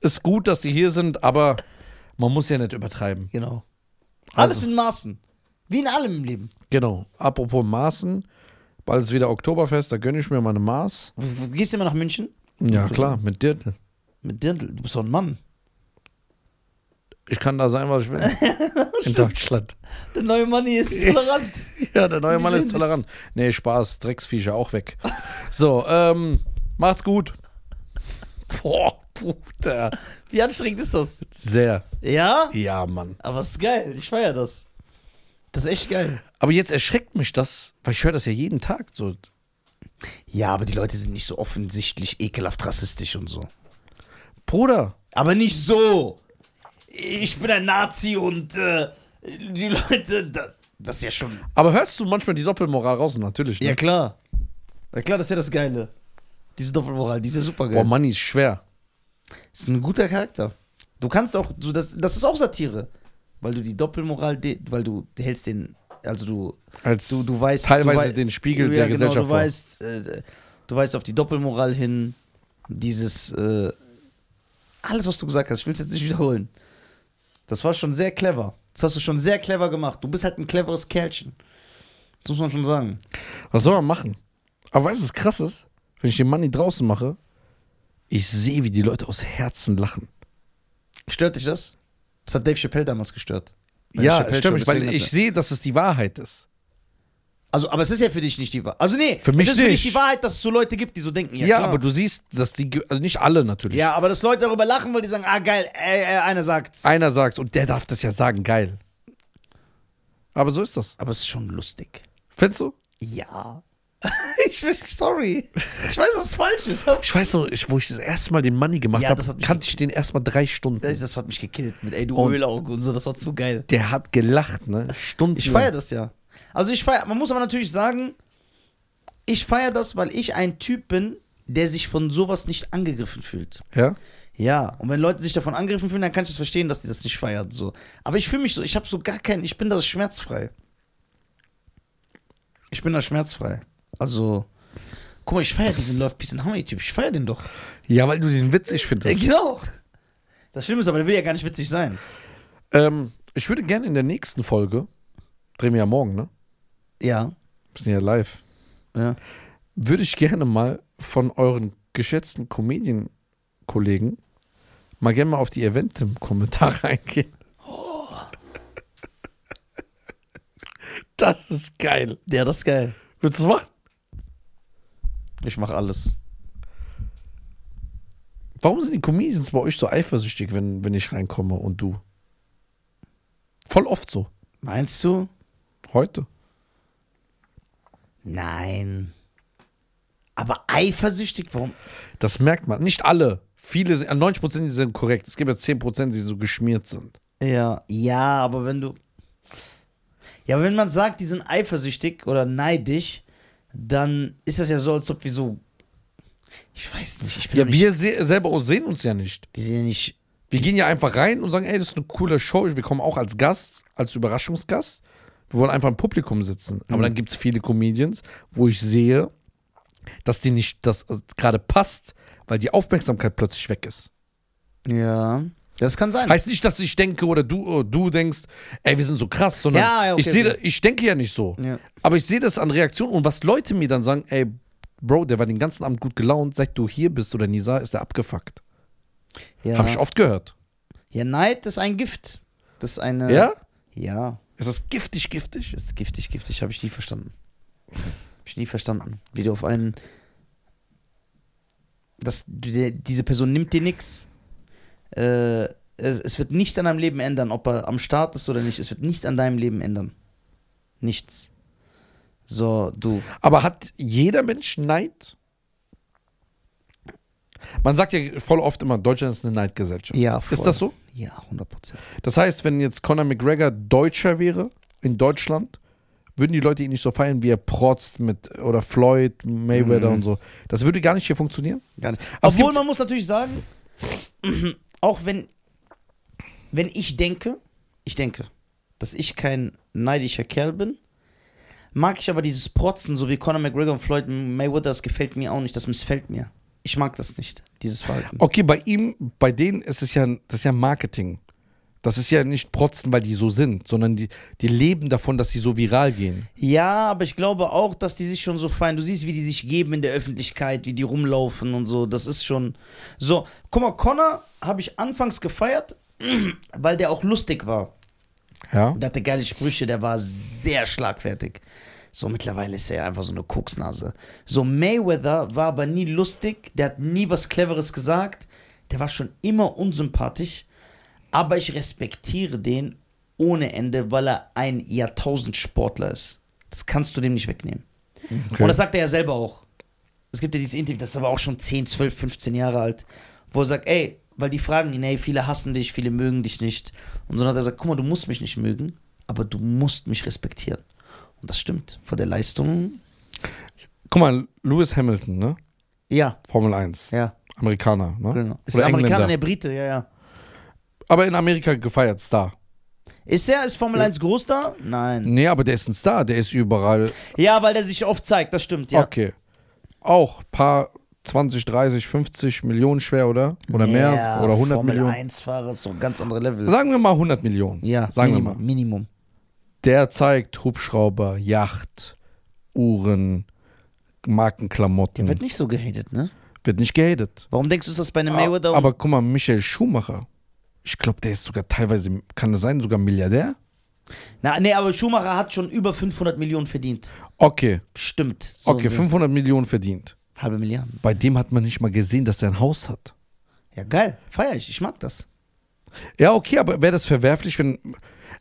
A: Ist gut, dass die hier sind, aber man muss ja nicht übertreiben.
B: Genau. Alles in Maßen. Wie in allem im Leben.
A: Genau. Apropos Maßen. Bald ist wieder Oktoberfest, da gönne ich mir meine Maß.
B: W- w- Gehst du immer nach München?
A: Ja, klar, mit dir.
B: Mit Dirndl. Du bist doch ein Mann.
A: Ich kann da sein, was ich will. In Deutschland.
B: Der neue Mann hier ist tolerant.
A: Ja, der neue
B: Die
A: Mann ist
B: sind-
A: tolerant. Nee, Spaß, Drecksviecher auch weg. So, ähm, macht's gut. Boah, Bruder.
B: Wie anstrengend ist das?
A: Sehr.
B: Ja?
A: Ja, Mann.
B: Aber es ist geil. Ich feiere das. Das ist echt geil.
A: Aber jetzt erschreckt mich das, weil ich höre das ja jeden Tag. So.
B: Ja, aber die Leute sind nicht so offensichtlich ekelhaft rassistisch und so.
A: Bruder,
B: Aber nicht so. Ich bin ein Nazi und äh, die Leute, da, das ist ja schon.
A: aber hörst du manchmal die Doppelmoral raus? Natürlich. Ne?
B: Ja, klar. Ja, klar, das ist ja das Geile. Diese Doppelmoral, die ist ja super
A: Boah,
B: geil.
A: Manni ist schwer.
B: ist ein guter Charakter. Du kannst auch, so das, das ist auch Satire. Weil du die Doppelmoral, de, weil du hältst den, also du,
A: Als
B: du, du weißt.
A: teilweise
B: du wei-
A: den Spiegel
B: Ja,
A: der
B: genau,
A: Gesellschaft
B: du
A: vor.
B: weißt, äh, du weißt auf die Doppelmoral hin, dieses, äh, alles, was du gesagt hast, ich will es jetzt nicht wiederholen. Das war schon sehr clever. Das hast du schon sehr clever gemacht. Du bist halt ein cleveres Kerlchen. Das muss man schon sagen.
A: Was soll man machen? Aber weißt du, was krass ist? Wenn ich den Manni draußen mache, ich sehe, wie die Leute aus Herzen lachen.
B: Stört dich das? Das hat Dave Chappelle damals gestört. Bei der
A: ja,
B: Chappelle
A: stimmt,
B: Show,
A: weil
B: deswegen
A: ich
B: hat
A: sehe, dass es die Wahrheit ist.
B: er- Also, aber es ist ja für dich nicht die Wahrheit. Also, nee,
A: Für mich
B: es ist für dich
A: nicht.
B: die Wahrheit, dass es so Leute gibt, die so denken. Ja,
A: Ja,
B: klar.
A: aber du siehst, dass die, ge- also nicht alle natürlich.
B: Ja, aber dass Leute darüber lachen, weil die sagen, ah, geil, äh, äh, einer sagt's.
A: Einer sagt's und der darf das ja sagen, geil. Aber so ist das.
B: Aber es ist schon lustig.
A: Findest du?
B: Ja. ich bin sorry. Ich weiß, dass es falsch ist.
A: Ich weiß noch, ich, wo ich das erste Mal den Manni gemacht
B: Ja,
A: habe,
B: das hat mich Äh,
A: kannte ich den erstmal drei Stunden.
B: Das hat mich gekillt mit Ey, du
A: Und-
B: Ölauge und so, das war zu geil.
A: Der hat gelacht, ne? Stunden.
B: Ich feiere das ja. Also ich feiere, man muss aber natürlich sagen, ich feiere das, weil ich ein Typ bin, der sich von sowas nicht angegriffen fühlt.
A: Ja?
B: Ja, und wenn Leute sich davon angegriffen fühlen, dann kann ich das verstehen, dass die das nicht feiern. So. Aber ich fühle mich so, ich habe so gar keinen, ich bin da schmerzfrei. Ich bin da schmerzfrei. Also, guck mal, ich feiere diesen Love Peace and Harmony Typ, ich feiere den doch.
A: Ja, weil du den witzig
B: Ja,
A: findest.
B: genau. Das Schlimme ist aber, der will ja gar nicht witzig sein.
A: Ähm, ich würde gerne in der nächsten Folge, drehen wir ja morgen, ne?
B: Ja.
A: Wir sind ja live.
B: ja.
A: Würde ich gerne mal von euren geschätzten Comedian-Kollegen mal gerne mal auf die Eventim-Kommentare eingehen.
B: Oh.
A: Das ist geil.
B: Ja, das ist geil.
A: Willst du es machen?
B: Ich mache alles.
A: Warum sind die Comedians bei euch so eifersüchtig, wenn, wenn ich reinkomme und du? Voll oft so.
B: Meinst du?
A: Heute.
B: Nein. Aber eifersüchtig, warum?
A: Das merkt man. Nicht alle. Viele sind, 90% die sind korrekt. Es gibt ja 10%, die so geschmiert sind.
B: Ja, ja, aber wenn du. Ja, aber wenn man sagt, die sind eifersüchtig oder neidisch, dann ist das ja so, als ob wir so. Ich weiß nicht, ich bin
A: Ja,
B: doch nicht,
A: wir se selber uns- sehen uns ja nicht.
B: wir sind ja nicht.
A: Wir gehen ja einfach rein und sagen, ey, das ist eine coole Show. Wir kommen auch als Gast, als Überraschungsgast. Wir wollen einfach im Publikum sitzen. Aber dann gibt es viele Comedians, wo ich sehe, dass die nicht, das äh, gerade passt, weil die Aufmerksamkeit plötzlich weg ist.
B: Ja. Das kann sein.
A: Heißt nicht, dass ich denke oder du, oder du denkst, ey, wir sind so krass, sondern
B: Ja, ja, okay,
A: ich, sehe,
B: okay.
A: ich denke ja nicht so.
B: Ja.
A: Aber ich sehe das an Reaktionen und was Leute mir dann sagen, ey, Bro, der war den ganzen Abend gut gelaunt, seit du hier bist oder Nisa, ist der abgefuckt.
B: Ja.
A: Habe ich oft gehört.
B: ja, Neid ist ein Gift. Das ist eine.
A: Ja?
B: Ja.
A: Ist das giftig, giftig?
B: Das ist giftig, giftig, habe ich nie verstanden. Habe ich nie verstanden. Wie du auf einen. Das, der, diese Person nimmt dir nichts. Äh, es, es wird nichts an deinem Leben ändern, ob er am Start ist oder nicht. Es wird nichts an deinem Leben ändern. Nichts. So, du.
A: Aber hat jeder Mensch Neid? Man sagt ja voll oft immer, Deutschland ist eine Neidgesellschaft.
B: Ja,
A: Ist das so?
B: Ja, 100 Prozent.
A: Das heißt, wenn jetzt Conor McGregor Deutscher wäre in Deutschland, würden die Leute ihn nicht so feiern, wie er protzt mit oder
B: Mhm.
A: Floyd, Mayweather und so. Das würde gar nicht hier funktionieren.
B: Gar nicht.
A: Aber es
B: Obwohl,
A: gibt-
B: man muss natürlich sagen, auch wenn, wenn ich denke, ich denke, dass ich kein neidischer Kerl bin, mag ich aber dieses Protzen, so wie Conor McGregor und Floyd Mayweather, das gefällt mir auch nicht, das missfällt mir. Ich mag das nicht, dieses Verhalten.
A: Okay, bei ihm, bei denen ist es ja, das ist ja Marketing. Das ist ja nicht protzen, weil die so sind, sondern die, die leben davon, dass sie so viral gehen.
B: Ja, aber ich glaube auch, dass die sich schon so feiern. Du siehst, wie die sich geben in der Öffentlichkeit, wie die rumlaufen und so. Das ist schon so. Guck mal, Connor habe ich anfangs gefeiert, weil der auch lustig war.
A: Ja.
B: Der hatte geile Sprüche, der war sehr schlagfertig. So, mittlerweile ist er einfach so eine Koksnase. So, Mayweather war aber nie lustig, der hat nie was Cleveres gesagt, der war schon immer unsympathisch, aber ich respektiere den ohne Ende, weil er ein Jahrtausendsportler ist. Das kannst du dem nicht wegnehmen.
A: Okay.
B: Und das sagt er ja selber auch. Es gibt ja dieses Interview, das ist aber auch schon 10, 12, 15 Jahre alt, wo er sagt, ey, weil die fragen ihn, ey, viele hassen dich, viele mögen dich nicht. Und so hat er gesagt, guck mal, du musst mich nicht mögen, aber du musst mich respektieren. Und das stimmt. Vor der Leistung,
A: Guck mal, Lewis Hamilton, ne?
B: ja,
A: Formel 1.
B: ja,
A: Amerikaner, ne?
B: genau. Ist
A: Oder
B: der Amerikaner, ne.
A: Engländer.
B: der Brite, ja, ja.
A: Aber in Amerika gefeiert, Star.
B: Ist er, ist Formel 1 groß da? Nein.
A: Nee, aber der ist ein Star, der ist überall.
B: Ja, weil der sich oft zeigt, das stimmt, ja.
A: Okay. Auch paar 20, 30, 50 Millionen schwer, oder? Oder mehr?
B: Ja,
A: Oder 100
B: Formel
A: Millionen?
B: 1-Fahrer ist so ein ganz anderes Level.
A: Sagen wir mal 100 Millionen.
B: Ja,
A: Sagen wir
B: Minimum.
A: mal.
B: Minimum.
A: Der zeigt Hubschrauber, Yacht, Uhren, Markenklamotten.
B: Der wird nicht so gehatet, ne?
A: wird nicht gehatet.
B: Warum denkst du, ist das bei einem
A: Ah,
B: Mayweather?
A: Aber guck mal, Michael Schumacher. Ich glaube, der ist sogar teilweise, kann das sein, sogar Milliardär?
B: Na, nee, aber Schumacher hat schon über 500 Millionen verdient.
A: Okay,
B: Stimmt. So
A: okay,
B: so.
A: 500 Millionen verdient.
B: Halbe Milliarden.
A: Bei dem hat man nicht mal gesehen, dass der ein Haus hat.
B: Ja, geil. Feier ich. Ich mag das.
A: Ja, okay, aber wäre das verwerflich, wenn.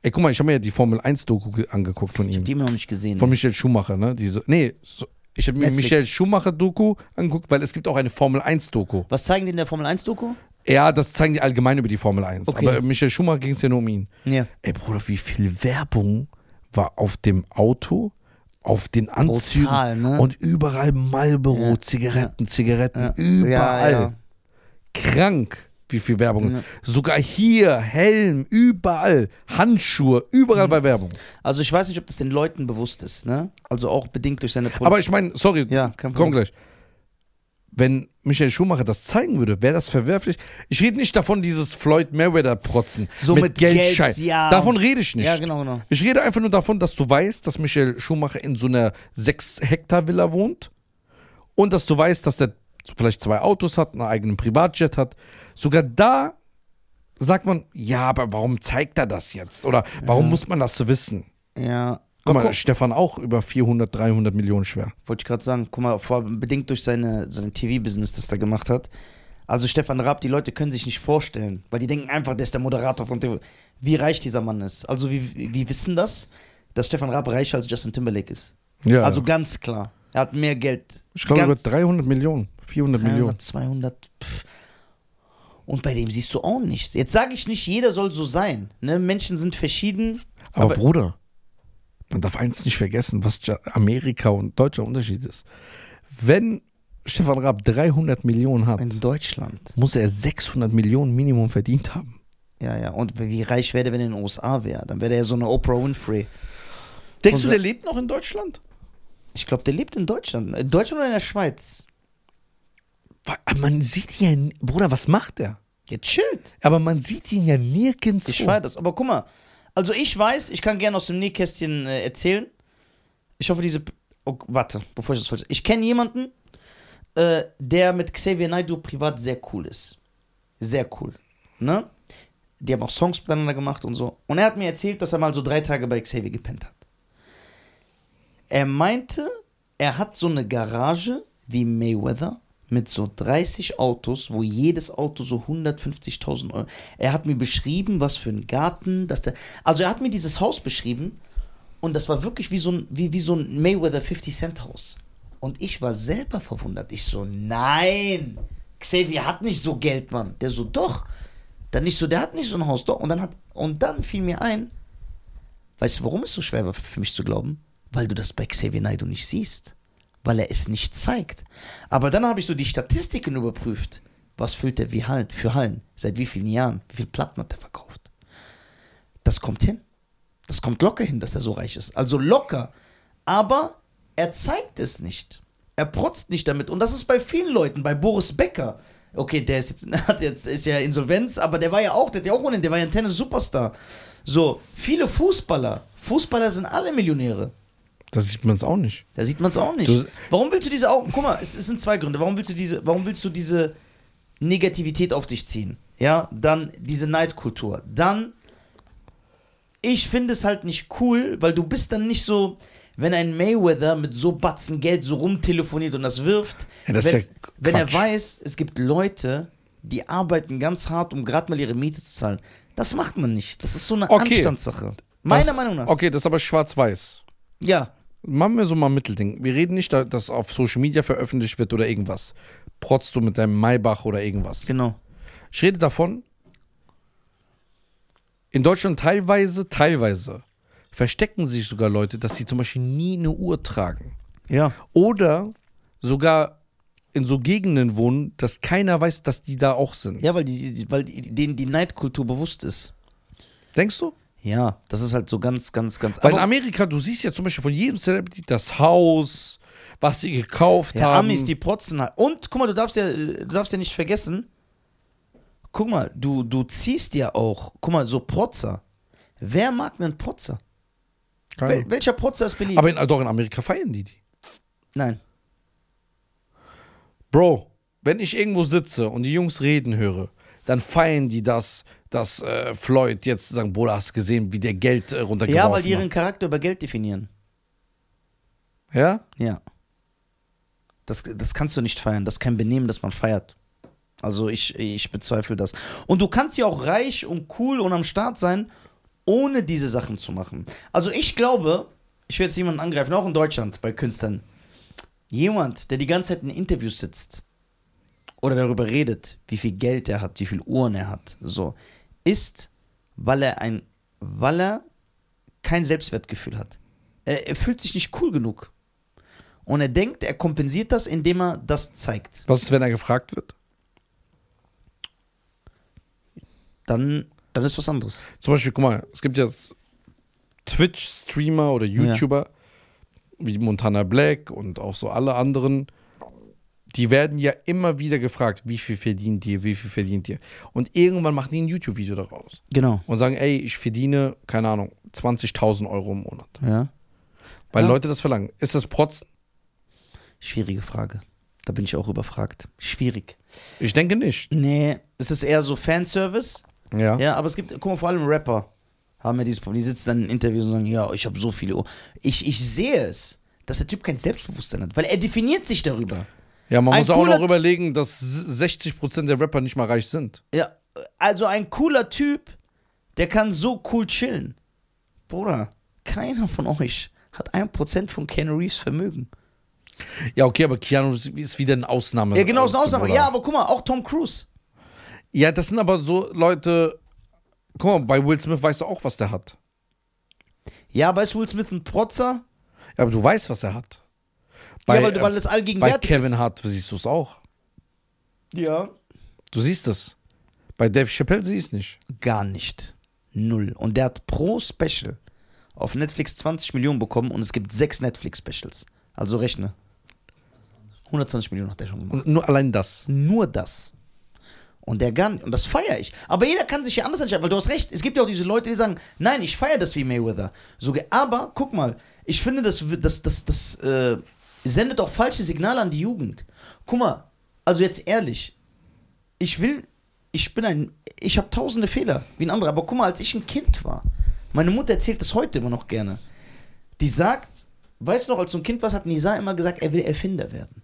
A: Ey, guck mal, ich habe mir ja die Formel 1-Doku ge- angeguckt von ihm.
B: Die haben wir noch nicht gesehen.
A: Von Michael Schumacher, ne? Diese, nee, so, ich habe mir
B: Netflix.
A: Michael Schumacher-Doku angeguckt, weil es gibt auch eine Formel 1-Doku.
B: Was zeigen die in der Formel 1-Doku?
A: Ja, das zeigen die allgemein über die Formel 1.
B: Okay.
A: Aber Michael Schumacher ging es ja nur um ihn.
B: Ja.
A: Ey, Bruder, wie viel Werbung war auf dem Auto, auf den Anzügen
B: Brutal, ne?
A: und überall Marlboro,
B: Ja,
A: Zigaretten, Zigaretten,
B: Ja.
A: überall.
B: Ja, ja.
A: Krank, wie viel Werbung. Sogar hier, Helm, überall, Handschuhe, überall bei Werbung.
B: Also ich weiß nicht, ob das den Leuten bewusst ist, ne? Also auch bedingt durch seine Pro
A: Aber ich meine, sorry,
B: Ja, kein
A: komm
B: Problem.
A: gleich. Wenn Michael Schumacher das zeigen würde, wäre das verwerflich. Ich rede nicht davon, dieses Floyd Mayweather-Protzen
B: So mit
A: Geldschein.
B: Geld, ja.
A: Davon rede ich nicht.
B: Ja, genau, genau.
A: Ich rede einfach nur davon, dass du weißt, dass Michael Schumacher in so einer 6-Hektar-Villa wohnt und dass du weißt, dass der vielleicht zwei Autos hat, einen eigenen Privatjet hat. Sogar da sagt man, ja, aber warum zeigt er das jetzt? Oder warum muss man das wissen?
B: Ja.
A: Guck
B: Aber
A: mal, Stefan auch über 400, 300 Millionen schwer.
B: Wollte ich gerade sagen, guck mal, vor allem bedingt durch seine, sein TV-Business, das er gemacht hat. Also Stefan Raab, die Leute können sich nicht vorstellen, weil die denken einfach, der ist der Moderator von TV. Wie reich dieser Mann ist. Also wie, wie wissen das, dass Stefan Raab reicher als Justin Timberlake ist.
A: Ja.
B: Also ganz klar. Er hat mehr Geld.
A: ich glaube über
B: Ganz-
A: 300 Millionen, 400 Millionen.
B: 300, 200. Pff. Und bei dem siehst du auch nichts. Jetzt sage ich nicht, jeder soll so sein. Ne? Menschen sind verschieden.
A: Aber,
B: Aber-
A: Bruder, man darf eins nicht vergessen, was Ja- Amerika und Deutschland Unterschied ist. Wenn Stefan Raab 300 Millionen hat,
B: In Deutschland.
A: muss er 600 Millionen Minimum verdient haben.
B: Ja, ja. Und wie reich wäre der, wenn er in den USA wäre? Dann wäre er ja so eine Oprah Winfrey.
A: Denkst
B: du, der
A: lebt noch in Deutschland?
B: Ich glaube, der lebt in Deutschland. In Deutschland oder in der Schweiz?
A: Man sieht ihn ja, nie- Bruder, was macht er?
B: Ja, chillt.
A: Aber man sieht ihn ja nirgends.
B: Ich feier das. Aber guck mal. Also ich weiß, ich kann gerne aus dem Nähkästchen äh, erzählen. Ich hoffe, diese... Oh, warte, bevor ich das falsch... Ich kenne jemanden, äh, der mit Xavier Naidoo privat sehr cool ist. Sehr cool. Ne? Die haben auch Songs miteinander gemacht und so. Und er hat mir erzählt, dass er mal so drei Tage bei Xavier gepennt hat. Er meinte, er hat so eine Garage wie Mayweather mit so 30 Autos, wo jedes Auto so 150.000 Euro. Er hat mir beschrieben, was für ein Garten, dass der. Also er hat mir dieses Haus beschrieben und das war wirklich wie so ein, wie, wie so ein Mayweather 50 Cent Haus. Und ich war selber verwundert. Ich so, nein, Xavier hat nicht so Geld, Mann. Der so, doch. Dann nicht so, der hat nicht so ein Haus, doch. Und dann, hat, und dann fiel mir ein, Weißt du, warum es so schwer war für mich zu glauben? Weil du das bei Xavier Naidoo nicht siehst. Weil er es nicht zeigt. Aber dann habe ich so die Statistiken überprüft. Was füllt der wie Hallen, für Hallen? Seit wie vielen Jahren? Wie viele Platten hat er verkauft? Das kommt hin. Das kommt locker hin, dass er so reich ist. Also locker. Aber er zeigt es nicht. Er protzt nicht damit. Und das ist bei vielen Leuten, bei Boris Becker. Okay, der ist jetzt, hat jetzt ist ja Insolvenz, aber der war ja auch, der hat ja auch ohnehin, der war ja ein Tennis-Superstar. So, viele Fußballer. Fußballer sind alle Millionäre.
A: Da sieht man es auch nicht.
B: Da sieht man es auch nicht.
A: Du-
B: warum willst du diese Augen? Guck mal, es, es sind zwei Gründe. Warum willst du diese, warum willst du diese Negativität auf dich ziehen? Ja, dann diese Neidkultur. Dann, ich finde es halt nicht cool, weil du bist dann nicht so, wenn ein Mayweather mit so Batzen Geld so rumtelefoniert und das wirft.
A: Ja, das ist
B: wenn,
A: ja
B: wenn er
A: Quatsch.
B: weiß, es gibt Leute, die arbeiten ganz hart, um gerade mal ihre Miete zu zahlen. Das macht man nicht. Das ist so eine
A: Okay.
B: Anstandssache. Meiner
A: das,
B: Meinung nach.
A: Okay, das ist aber schwarz-weiß.
B: Ja.
A: Machen wir so mal ein Mittelding. Wir reden nicht, da- dass auf Social Media veröffentlicht wird oder irgendwas. Protzt du mit deinem Maybach oder irgendwas.
B: Genau.
A: Ich rede davon, in Deutschland teilweise, teilweise verstecken sich sogar Leute, dass sie zum Beispiel nie eine Uhr tragen.
B: Ja.
A: Oder sogar in so Gegenden wohnen, dass keiner weiß, dass die da auch sind.
B: Ja, weil, die, die- weil die, denen die Neidkultur bewusst ist.
A: Denkst du?
B: Ja, das ist halt so ganz, ganz, ganz.
A: Weil in Amerika, du siehst ja zum Beispiel von jedem Celebrity das Haus, was sie gekauft
B: ja,
A: haben.
B: Amis, die protzen halt. Und guck mal, du darfst ja, äh, du darfst ja nicht vergessen, guck mal, du, du ziehst ja auch, guck mal, so Protzer. Wer mag einen Protzer?
A: Keine
B: Wel,
A: Ahnung.
B: welcher Protzer ist beliebt?
A: Aber in, doch, in Amerika feiern die die.
B: Nein.
A: Bro, wenn ich irgendwo sitze und die Jungs reden höre, dann feiern die das, dass äh, Floyd jetzt sagen, Bruder, hast du gesehen, wie der Geld äh, runtergeworfen
B: Ja, weil die ihren
A: hat.
B: Charakter über Geld definieren.
A: Ja?
B: Ja. Das, das kannst du nicht feiern. Das ist kein Benehmen, das man feiert. Also ich, ich bezweifle das. Und du kannst ja auch reich und cool und am Start sein, ohne diese Sachen zu machen. Also ich glaube, ich will jetzt jemanden angreifen, auch in Deutschland bei Künstlern. Jemand, der die ganze Zeit in Interviews sitzt oder darüber redet, wie viel Geld er hat, wie viel Uhren er hat, so, ist, weil er ein, weil er kein Selbstwertgefühl hat. Er, er fühlt sich nicht cool genug. Und er denkt, er kompensiert das, indem er das zeigt.
A: Was ist, wenn er gefragt wird?
B: Dann, dann ist was anderes.
A: Zum Beispiel, guck mal, es gibt ja s- Twitch-Streamer oder YouTuber, wie Montana Black und auch so alle anderen, die werden ja immer wieder gefragt, wie viel verdient ihr, wie viel verdient ihr. Und irgendwann machen die ein YouTube-Video daraus
B: Genau.
A: und sagen, ey, ich verdiene, keine Ahnung, 20.000 Euro im Monat.
B: Ja.
A: Weil
B: Ja.
A: Leute das verlangen. Ist das Protzen?
B: Schwierige Frage. Da bin ich auch überfragt. Schwierig.
A: Ich denke nicht.
B: Nee, es ist eher so Fanservice.
A: Ja.
B: Ja, aber es gibt, guck mal, vor allem Rapper haben ja dieses Problem. Die sitzen dann in Interviews und sagen, ja, ich habe so viele Ohren. Ich, ich sehe es, dass der Typ kein Selbstbewusstsein hat, weil er definiert sich darüber.
A: Ja, man
B: Ein
A: muss auch
B: cooler-
A: noch überlegen, dass 60% der Rapper nicht mal reich sind.
B: Ja, also ein cooler Typ, der kann so cool chillen. Bruder, keiner von euch hat 1% von Ken Reeves Vermögen.
A: Ja, okay, aber Keanu ist wieder eine Ausnahme.
B: Ja, genau, ist
A: äh,
B: eine Ausnahme.
A: Bruder.
B: Ja, aber guck mal, auch Tom Cruise.
A: ja, das sind aber so Leute. Guck mal, bei Will Smith weißt du auch, was der hat.
B: Ja, aber ist Will Smith ein Protzer?
A: Ja, aber du weißt, was er hat.
B: ja, weil, du- weil
A: äh,
B: das
A: bei
B: allgegenwärtig
A: Kevin Hart siehst du es auch.
B: ist. Ja.
A: Du siehst es. Bei Dave Chappelle siehst du es nicht.
B: Gar nicht. Null. Und der hat pro Special auf Netflix 20 Millionen bekommen und es gibt sechs Netflix-Specials. Also rechne. 120 Millionen hat er schon gemacht.
A: Und nur allein das.
B: Nur das. Und der gar nicht. Und das feiere ich. Aber jeder kann sich ja anders entscheiden, weil du hast recht. Es gibt ja auch diese Leute, die sagen, nein, ich feiere das wie Mayweather. So, ge- aber guck mal, ich finde, das, wird- das, das, das äh, sendet auch falsche Signale an die Jugend. Guck mal, also jetzt ehrlich, ich will, ich bin ein, ich habe tausende Fehler, wie ein anderer. Aber guck mal, als ich ein Kind war, meine Mutter erzählt das heute immer noch gerne. Die sagt, weißt du noch, als du ein Kind warst, hat Nisa immer gesagt, er will Erfinder werden.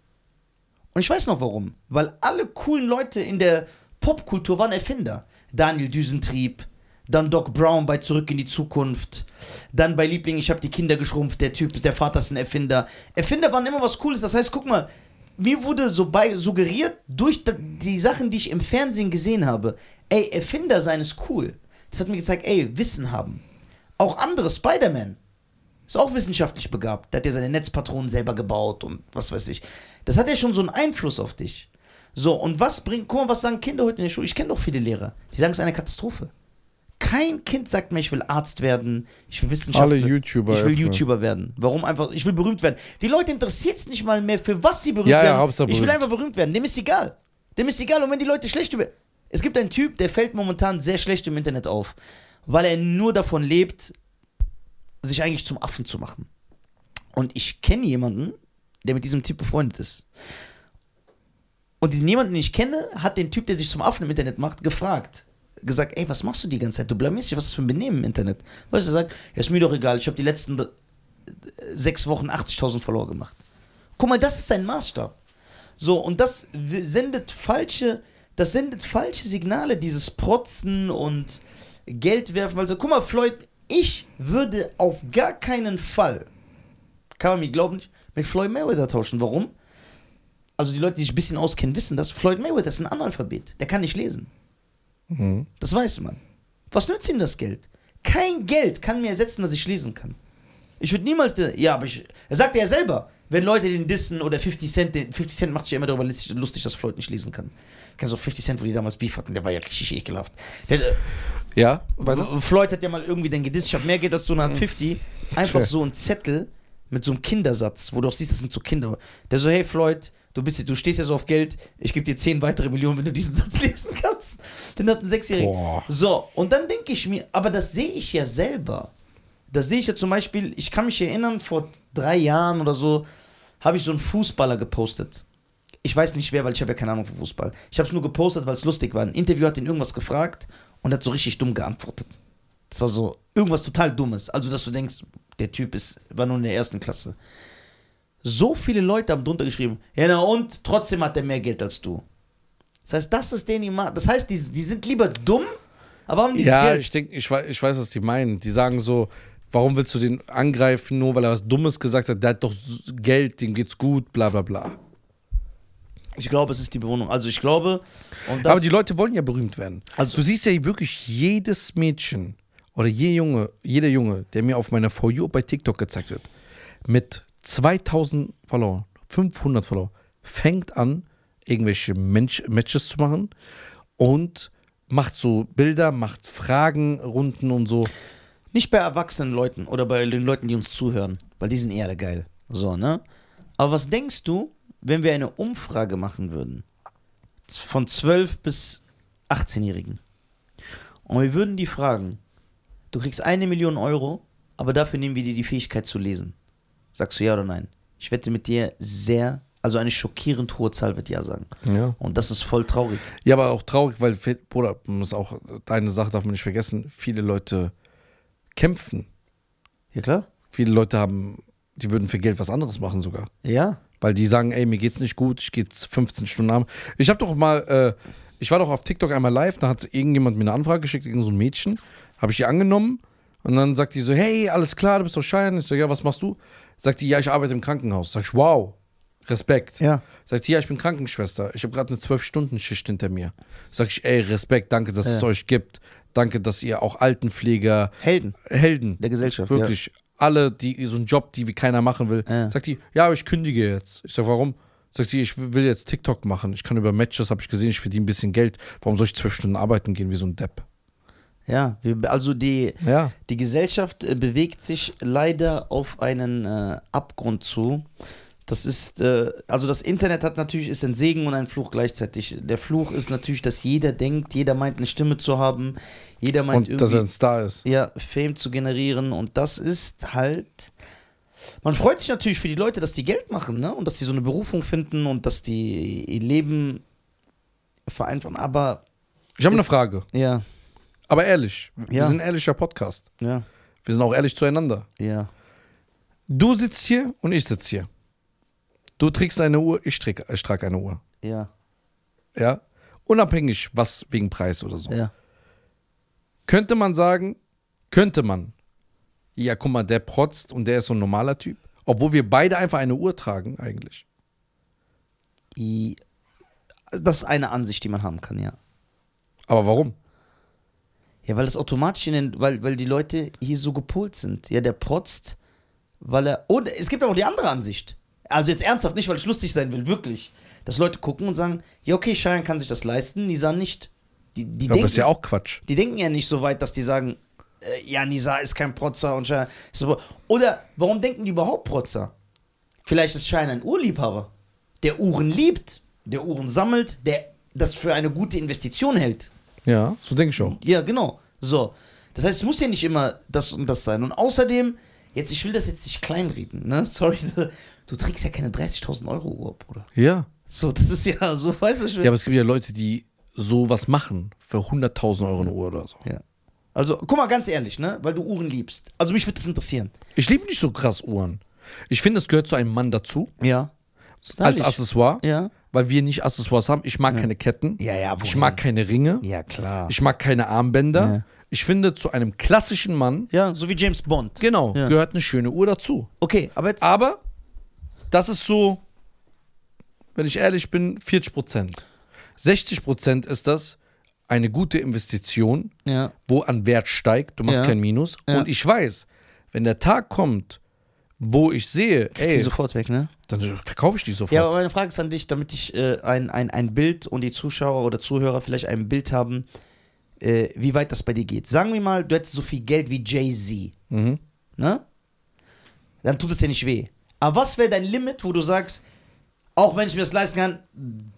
B: Und ich weiß noch warum. Weil alle coolen Leute in der Popkultur waren Erfinder. Daniel Düsentrieb, dann Doc Brown bei Zurück in die Zukunft, dann bei Liebling, ich habe die Kinder geschrumpft, der Typ, der Vater ist ein Erfinder. Erfinder waren immer was Cooles. Das heißt, guck mal, mir wurde so bei, suggeriert, durch da- die Sachen, die ich im Fernsehen gesehen habe, ey, Erfinder sein ist cool. Das hat mir gezeigt, ey, Wissen haben. Auch andere, Spider-Man. Ist auch wissenschaftlich begabt. Der hat ja seine Netzpatronen selber gebaut und was weiß ich. Das hat ja schon so einen Einfluss auf dich. So, und was bringt, guck mal, was sagen Kinder heute in der Schule? Ich kenne doch viele Lehrer. Die sagen, es ist eine Katastrophe. Kein Kind sagt mehr, ich will Arzt werden, ich will Wissenschaftler.
A: Alle YouTuber
B: Ich will
A: erstmal.
B: YouTuber werden. Warum einfach? Ich will berühmt werden. Die Leute interessiert es nicht mal mehr, für was sie berühmt
A: Ja, ja,
B: werden.
A: Hauptsache
B: ich will
A: berühmt.
B: einfach berühmt werden. Dem ist egal. Dem ist egal. Und wenn die Leute schlecht über. Es gibt einen Typ, der fällt momentan sehr schlecht im Internet auf, weil er nur davon lebt, sich eigentlich zum Affen zu machen. Und ich kenne jemanden, der mit diesem Typ befreundet ist. Und diesen jemanden, den ich kenne, hat den Typ, der sich zum Affen im Internet macht, gefragt. Gesagt, ey, was machst du die ganze Zeit? Du blamierst dich, was ist das für ein Benehmen im Internet? Weißt du, er sagt, ja, ist mir doch egal, ich habe die letzten äh, sechs Wochen 80.000 Follower gemacht. Guck mal, das ist sein Maßstab. So, und das w- sendet falsche, das sendet falsche Signale, dieses Protzen und Geld werfen. Also, guck mal, Floyd, ich würde auf gar keinen Fall, kann man mir glauben, nicht, mit Floyd Mayweather tauschen. Warum? Also, die Leute, die sich ein bisschen auskennen, wissen das. Floyd Mayweather ist ein Analphabet. Der kann nicht lesen. Das weiß man. Was nützt ihm das Geld? Kein Geld kann mir ersetzen, dass ich lesen kann. Ich würde niemals. der- Ja, aber ich. Er sagt ja selber, wenn Leute den dissen oder 50 Cent, den, 50 Cent macht sich ja immer darüber lustig, lustig, dass Floyd nicht lesen kann. Kennst du auch 50 Cent, wo die damals Beef hatten? Der war ja richtig ekelhaft. Der, äh,
A: Ja,
B: F- Floyd hat ja mal irgendwie dann gedisst, ich habe mehr Geld als du und hat 50. Einfach so ein Zettel mit so einem Kindersatz, wo du auch siehst, das sind so Kinder. Der so, hey Floyd, du bist ja- du stehst ja so auf Geld, ich gebe dir 10 weitere Millionen, wenn du diesen Satz lesen kannst. Den hat ein Sechsjähriger.
A: Boah.
B: So, und dann denke ich mir, aber das sehe ich ja selber. Das sehe ich ja zum Beispiel, ich kann mich erinnern, vor drei Jahren oder so, habe ich so einen Fußballer gepostet. Ich weiß nicht wer, weil ich habe ja keine Ahnung von Fußball. Ich habe es nur gepostet, weil es lustig war. Ein Interview hat ihn irgendwas gefragt und hat so richtig dumm geantwortet. Das war so irgendwas total Dummes. Also, dass du denkst, der Typ ist, war nur in der ersten Klasse. So viele Leute haben drunter geschrieben, ja na und, trotzdem hat er mehr Geld als du. Das heißt, das ist denen immer, das heißt, die, die sind lieber dumm, aber haben dieses
A: ja
B: Geld.
A: ich denke, ich, wei- ich weiß, was die meinen. Die sagen so, warum willst du den angreifen, nur weil er was Dummes gesagt hat? Der hat doch s- Geld, dem geht's gut, bla bla bla.
B: Ich glaube, es ist die Bewohnung. Also ich glaube, und das,
A: Aber die Leute wollen ja berühmt werden. Also
B: Also-
A: du siehst ja wirklich jedes Mädchen oder je Junge, jeder Junge, der mir auf meiner For You bei TikTok gezeigt wird, mit 2000 Follower, 500 Follower, fängt an, irgendwelche Mensch Matches zu machen und macht so Bilder, macht Fragen, Runden und so.
B: nicht bei erwachsenen Leuten oder bei den Leuten, die uns zuhören, weil die sind eh alle geil. So, ne? Aber was denkst du, wenn wir eine Umfrage machen würden? Von 12 bis 18-Jährigen. Und wir würden die fragen, du kriegst eine Million Euro, aber dafür nehmen wir dir die Fähigkeit zu lesen. Sagst du ja oder nein? Ich wette mit dir sehr, also eine schockierend hohe Zahl wird ja sagen.
A: Ja.
B: Und das ist voll traurig.
A: Ja, aber auch traurig, weil, Bruder, man muss auch, deine Sache darf man nicht vergessen, viele Leute kämpfen.
B: Ja klar?
A: Viele Leute haben, die würden für Geld was anderes machen sogar.
B: Ja.
A: Weil die sagen, ey, mir geht's nicht gut, ich gehe 15 Stunden am. Ich habe doch mal, äh, ich war doch auf TikTok einmal live, da hat irgendjemand mir eine Anfrage geschickt, irgend so ein Mädchen, habe ich die angenommen und dann sagt die so, hey, alles klar, du bist doch scheiden. Ich so, ja, was machst du? Sagt die, ja, ich arbeite im Krankenhaus. Sag ich, wow, Respekt.
B: Ja.
A: Sagt die, ja, ich bin Krankenschwester, ich habe gerade eine 12-Stunden-Schicht hinter mir. Sag ich, ey, Respekt, danke, dass es euch gibt. Danke, dass ihr auch Altenpfleger,
B: Helden.
A: Helden
B: Der Gesellschaft, ja.
A: Wirklich. Alle, die so einen Job, die wie keiner machen will.
B: Ja.
A: Sagt die, ja, aber ich kündige jetzt. Ich sag, warum? Sagt sie, ich will jetzt TikTok machen. Ich kann über Matches, habe ich gesehen, ich verdiene ein bisschen Geld. Warum soll ich zwölf Stunden arbeiten gehen wie so ein Depp?
B: Ja, wir, also die,
A: Ja.
B: die Gesellschaft äh, bewegt sich leider auf einen äh, Abgrund zu. Das ist, äh, also das Internet hat natürlich, ist ein Segen und ein Fluch gleichzeitig. Der Fluch ist natürlich, dass jeder denkt, jeder meint eine Stimme zu haben, jeder meint
A: Und dass er ein
B: irgendwie,
A: Star ist.
B: ja, Fame zu generieren und das ist halt, man freut sich natürlich für die Leute, dass die Geld machen, ne, und dass die so eine Berufung finden und dass die ihr Leben vereinfachen, aber,
A: Ich habe eine
B: Ist-
A: Frage.
B: ja,
A: Aber ehrlich. Wir
B: Ja.
A: sind ein ehrlicher Podcast.
B: ja,
A: Wir sind auch ehrlich zueinander.
B: ja.
A: Du sitzt hier und ich sitze hier. Du trägst eine Uhr, ich trage, ich trage eine Uhr.
B: Ja,
A: Ja. Unabhängig, was wegen Preis oder so.
B: ja.
A: Könnte man sagen, könnte man. Ja, guck mal, der protzt und der ist so ein normaler Typ. Obwohl wir beide einfach eine Uhr tragen, eigentlich.
B: I- Das ist eine Ansicht, die man haben kann, ja.
A: Aber warum?
B: Ja, weil das automatisch in den, weil, weil die Leute hier so gepolt sind. Ja, der protzt, weil er. Und es gibt aber auch die andere Ansicht. Also jetzt ernsthaft, nicht weil ich lustig sein will, wirklich. Dass Leute gucken und sagen, ja okay, Cheyenne kann sich das leisten, Nisa nicht. Die, die,
A: Aber
B: denken,
A: ist ja auch Quatsch.
B: die denken ja nicht so weit, dass die sagen, äh, ja, Nisa ist kein Protzer und Cheyenne ist so. Oder warum denken die überhaupt Protzer? Vielleicht ist Cheyenne ein Urliebhaber, der Uhren liebt, der Uhren sammelt, der das für eine gute Investition hält.
A: Ja, so denke ich auch.
B: Ja, genau. So. Das heißt, es muss ja nicht immer das und das sein. Und außerdem, jetzt, ich will das jetzt nicht kleinreden, ne? Sorry, du trägst ja keine 30.000 Euro Uhr, Bruder.
A: Ja.
B: So, das ist ja so, weißt du schon.
A: Ja, aber es gibt ja Leute, die sowas machen für 100.000 Euro eine Uhr oder so.
B: Ja. Also, guck mal ganz ehrlich, ne? Weil du Uhren liebst. Also, mich würde das interessieren.
A: Ich liebe nicht so krass Uhren. Ich finde, es gehört zu einem Mann dazu,
B: Ja.
A: als Accessoire,
B: Ja.
A: weil wir nicht Accessoires haben. Ich mag keine Ketten.
B: Ja, ja,
A: Ich
B: wohin?
A: mag keine Ringe.
B: Ja, klar.
A: Ich mag keine Armbänder.
B: Ja.
A: Ich finde, zu einem klassischen Mann,
B: ja, so wie James Bond. Ah.
A: genau,
B: Ja.
A: gehört eine schöne Uhr dazu.
B: Okay, aber jetzt.
A: Aber das ist so, wenn ich ehrlich bin, 40 Prozent. 60 Prozent ist das eine gute Investition,
B: Ja.
A: wo an Wert steigt, du machst
B: Ja.
A: kein Minus.
B: Ja.
A: Und ich weiß, wenn der Tag kommt, wo ich sehe,
B: Die
A: ey,
B: sofort weg, ne?
A: dann verkaufe ich die sofort.
B: Ja, aber meine Frage ist an dich, damit ich äh, ein, ein, ein Bild und die Zuschauer oder Zuhörer vielleicht ein Bild haben, äh, wie weit das bei dir geht. Sagen wir mal, du hättest so viel Geld wie Jay-Z,
A: mhm.
B: ne? Dann tut es dir nicht weh. Aber was wäre dein Limit, wo du sagst, auch wenn ich mir das leisten kann,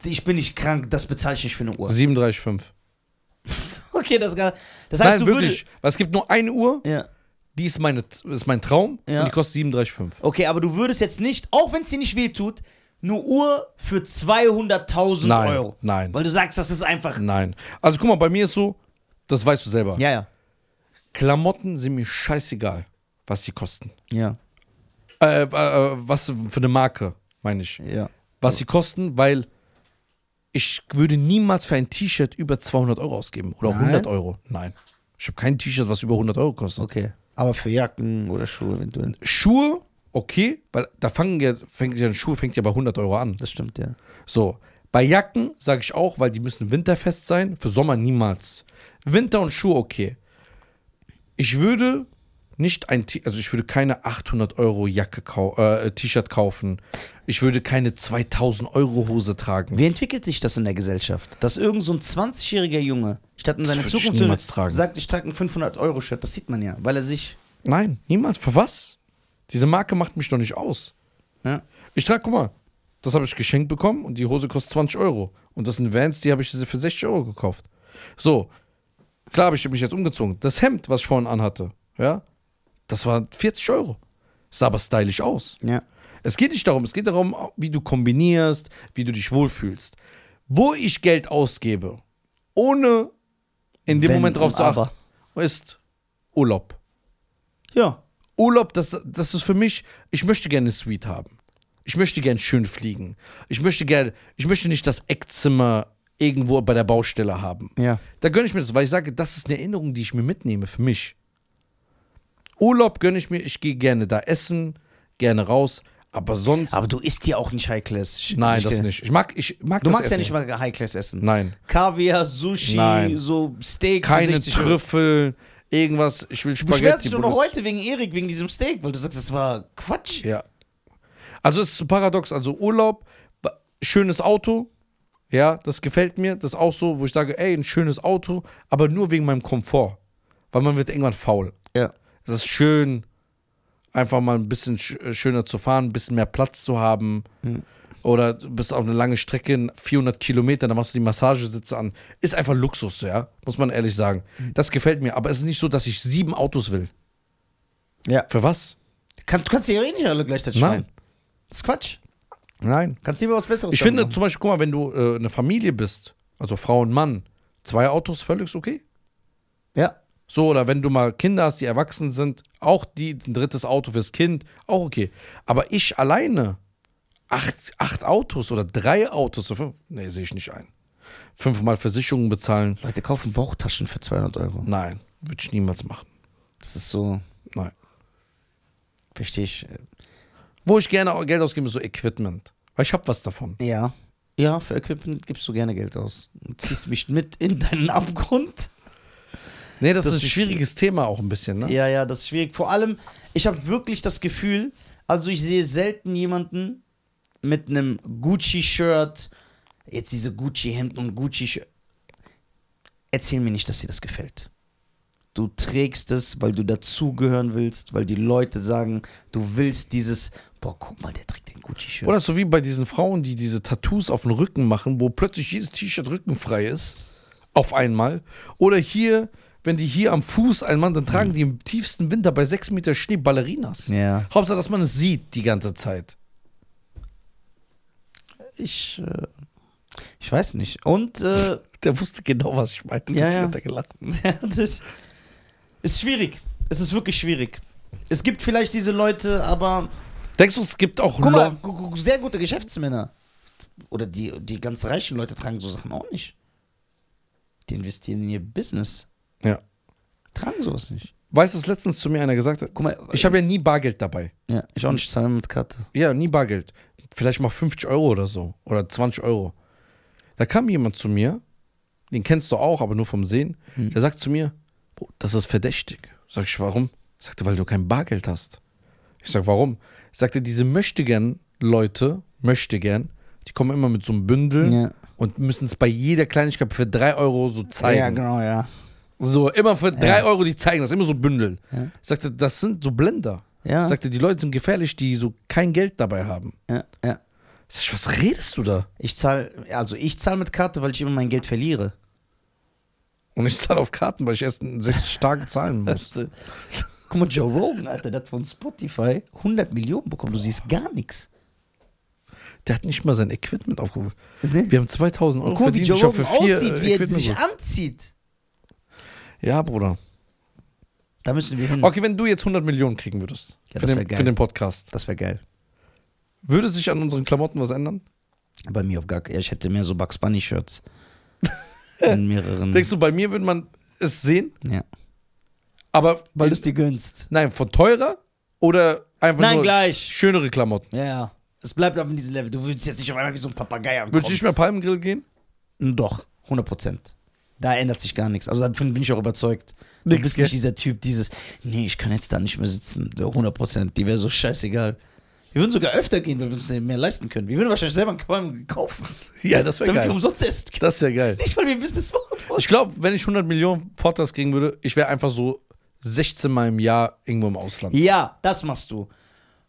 B: ich bin nicht krank, das bezahle ich nicht für eine Uhr.
A: 37,5.
B: Okay, das, gar, das heißt,
A: Nein,
B: du
A: wirklich. Weil es gibt nur eine Uhr,
B: würdest. Ja.
A: die ist, meine, ist mein Traum
B: Ja.
A: und die kostet 37,5.
B: Okay, aber du würdest jetzt nicht, auch wenn es dir nicht weh tut, eine Uhr für 200.000
A: Nein,
B: Euro.
A: nein.
B: Weil du sagst, das ist einfach.
A: Nein. Also guck mal, bei mir ist so, das weißt du selber.
B: Ja, ja.
A: Klamotten sind mir scheißegal, was die kosten.
B: Ja.
A: Äh, äh, was für eine Marke, meine ich.
B: Ja.
A: Was sie kosten, weil ich würde niemals für ein T-Shirt über 200 Euro ausgeben oder
B: Nein?
A: 100 Euro. Nein. Ich habe kein T-Shirt, was über 100 Euro kostet.
B: Okay. Aber für Jacken oder Schuhe, wenn du.
A: Schuhe, okay, weil da fangen ja, fängt ja ein Schuh fängt ja bei 100 Euro an.
B: Das stimmt, ja.
A: So, bei Jacken sage ich auch, weil die müssen winterfest sein, für Sommer niemals. Winter und Schuhe okay. Ich würde nicht ein T also ich würde keine 800 Euro Jacke kau äh, T-Shirt kaufen. Ich würde keine 2000 Euro Hose tragen.
B: Wie entwickelt sich das in der Gesellschaft? Dass irgend so ein 20-jähriger Junge statt in seine
A: würde ich
B: Zukunft
A: niemals tragen.
B: sagt, ich trage ein 500-Euro-Shirt. Das sieht man ja, weil er sich.
A: Nein, niemals. Für was? Diese Marke macht mich doch nicht aus.
B: Ja.
A: Ich trage, guck mal, das habe ich geschenkt bekommen und die Hose kostet 20 Euro. Und das sind Vans, die habe ich für 60 Euro gekauft. So, klar habe ich mich jetzt umgezogen. Das Hemd, was ich vorhin anhatte, ja, das war 40 Euro. Sah aber stylisch aus.
B: ja.
A: Es geht nicht darum, es geht darum, wie du kombinierst, wie du dich wohlfühlst. Wo ich Geld ausgebe, ohne in dem
B: Wenn
A: Moment drauf
B: und
A: zu achten,
B: aber.
A: ist Urlaub.
B: Ja.
A: Urlaub, das, das ist für mich, ich möchte gerne eine Suite haben. Ich möchte gerne schön fliegen. Ich möchte gerne, ich möchte nicht das Eckzimmer irgendwo bei der Baustelle haben.
B: Ja.
A: Da gönne ich mir das, weil ich sage, das ist eine Erinnerung, die ich mir mitnehme für mich. Urlaub gönne ich mir, ich gehe gerne da essen, gerne raus, aber sonst.
B: Aber du isst ja auch nicht High-Class. Ich-
A: nein,
B: ich-
A: das nicht. Ich mag, ich mag
B: Du
A: das
B: magst ja
A: Essen.
B: nicht mal High-Class essen.
A: Nein.
B: Kaviar, Sushi,
A: Nein.
B: so Steak. für
A: Keine
B: 60 Euro.
A: Trüffel, irgendwas. Ich will
B: Du beschwerst
A: Spaghetti.
B: dich doch noch
A: Bolognese.
B: heute wegen Erik, wegen diesem Steak, weil du sagst, das war Quatsch.
A: Ja. Also es ist paradox, also Urlaub, ba- schönes Auto, ja, das gefällt mir, das ist auch so, wo ich sage, ey, ein schönes Auto, aber nur wegen meinem Komfort, weil man wird irgendwann faul.
B: Ja.
A: Es ist schön, einfach mal ein bisschen sch äh, schöner zu fahren, ein bisschen mehr Platz zu haben. Oder du bist auf eine lange Strecke, 400 Kilometer, dann machst du die Massagesitze an. Ist einfach Luxus, ja, muss man ehrlich sagen. Das gefällt mir, aber es ist nicht so, dass ich sieben Autos will.
B: Ja.
A: Für was?
B: Kann, du kannst ja eh nicht alle gleichzeitig
A: Nein.
B: schreien. Das ist Quatsch.
A: Nein.
B: Kannst lieber was Besseres
A: Ich
B: damit
A: finde
B: machen.
A: zum Beispiel, guck mal, wenn du äh, eine Familie bist, also Frau und Mann, zwei Autos völlig okay.
B: Ja.
A: So, oder wenn du mal Kinder hast, die erwachsen sind, auch die, ein drittes Auto fürs Kind, auch okay. Aber ich alleine, acht, acht Autos oder drei Autos, oder fünf, nee, sehe ich nicht ein. Fünfmal Versicherungen bezahlen,
B: Leute kaufen Bauchtaschen für 200 Euro.
A: nein, würde ich niemals machen.
B: Das ist so,
A: Nein.
B: verstehe ich.
A: Wo ich gerne Geld ausgebe, ist so Equipment. Weil ich habe was davon.
B: Ja. Ja, für Equipment gibst du gerne Geld aus. Und Ziehst mich mit in deinen Abgrund.
A: Nee, das,
B: Das
A: ist ein
B: ist-
A: schwieriges Thema auch ein bisschen, ne?
B: Ja, ja, das ist schwierig. Vor allem, ich habe wirklich das Gefühl, also ich sehe selten jemanden, mit einem Gucci-Shirt, jetzt diese Gucci-Hemden und Gucci-Shirt. Erzähl mir nicht, dass dir das gefällt. Du trägst es, weil du dazugehören willst, weil die Leute sagen, du willst dieses, boah, guck mal, der trägt den Gucci-Shirt.
A: Oder so wie bei diesen Frauen, die diese Tattoos auf den Rücken machen, wo plötzlich jedes T-Shirt rückenfrei ist. Auf einmal. Oder hier, wenn die hier am Fuß einen Mann, dann tragen die im tiefsten Winter bei 6 Meter Schnee Ballerinas.
B: Hm. Ja.
A: Hauptsache, dass man es sieht die ganze Zeit.
B: Ich, äh, ich weiß nicht. Und, äh,
A: Der wusste genau, was ich meinte.
B: Ja,
A: deswegen
B: ja.
A: hat er gelacht.
B: Ja, das ist schwierig. Es ist wirklich schwierig. Es gibt vielleicht diese Leute, aber
A: Denkst du, es gibt auch
B: guck mal,
A: Leute-
B: gu- gu- sehr gute Geschäftsmänner oder die, die ganz reichen Leute tragen so Sachen auch nicht. Die investieren in ihr Business,
A: Ja.
B: tragen sowas nicht.
A: Weißt du, was letztens zu mir einer gesagt hat?
B: Guck mal,
A: Ich habe ja nie Bargeld dabei.
B: ja, ich auch nicht zahle mit Karte.
A: Ja, nie Bargeld. Vielleicht mal 50 Euro oder so. Oder 20 Euro. Da kam jemand zu mir, den kennst du auch, aber nur vom Sehen.
B: Hm.
A: Der sagt zu mir, Bro, das ist verdächtig. Sag ich, warum? Sagte, weil du kein Bargeld hast. Ich sag, warum? Ich sagte, diese möchtegern Leute, möchtegern, die kommen immer mit so einem Bündel
B: Ja.
A: und müssen es bei jeder Kleinigkeit für 3 Euro so zeigen.
B: Ja, genau, ja.
A: So, immer für 3 Euro, die zeigen das, immer so Bündel.
B: Ja.
A: Ich Sagte, das sind so Blender.
B: Ja.
A: Ich Sagte, die Leute sind gefährlich, die so kein Geld dabei haben.
B: Ja, ja.
A: Sag ich, was redest du da?
B: Ich zahle, also ich zahle mit Karte, weil ich immer mein Geld verliere.
A: Und ich zahle auf Karten, weil ich erst 60 Tage zahlen muss.
B: Weißt du? Guck mal, Joe Rogan, Alter, der hat von Spotify 100 Millionen bekommen. Du siehst gar nichts.
A: Der hat nicht mal sein Equipment aufgerufen.
B: Nee.
A: Wir haben 2000 Euro
B: Und guck mal, wie
A: verdient.
B: Joe
A: ich hab für
B: Rogan
A: vier
B: aussieht,
A: äh,
B: wie er
A: Equipment
B: sich
A: geholt.
B: anzieht.
A: Ja, Bruder.
B: Da müssen wir hin.
A: Okay, wenn du jetzt 100 Millionen kriegen würdest
B: Hm. Ja,
A: für,
B: das wär
A: den,
B: geil.
A: für den Podcast,
B: Das wäre geil.
A: würde sich an unseren Klamotten was ändern?
B: Hm. Bei mir auf gar keinen Ich hätte mehr so Bugs Bunny-Shirts. In mehreren.
A: Denkst du, bei mir würde man es sehen?
B: Ja.
A: Aber
B: Weil du es dir gönnst.
A: nein, von teurer oder einfach
B: Nein,
A: nur
B: gleich.
A: schönere Klamotten?
B: Ja, ja. Es bleibt aber in diesem Level. Du würdest jetzt nicht auf einmal wie so ein Papagei ankommen. Hm,
A: Würdest du nicht mehr Palmengrill gehen?
B: Doch, 100 Prozent. Da ändert sich gar nichts. Also davon bin ich auch überzeugt. Du
A: Nix,
B: bist
A: gell?
B: nicht dieser Typ, dieses, nee, ich kann jetzt da nicht mehr sitzen. Der 100 Prozent, die wäre so scheißegal. Wir würden sogar öfter gehen, wenn wir uns mehr leisten können. Wir würden wahrscheinlich selber einen Qualm kaufen,
A: Ja, das wäre
B: damit wir
A: geil.
B: umsonst essen können.
A: Das wäre geil.
B: Nicht, weil wir ein Business machen wollen.
A: Ich glaube, wenn ich 100 Millionen Podcasts kriegen würde, ich wäre einfach so 16 Mal im Jahr irgendwo im Ausland.
B: Ja, das machst du.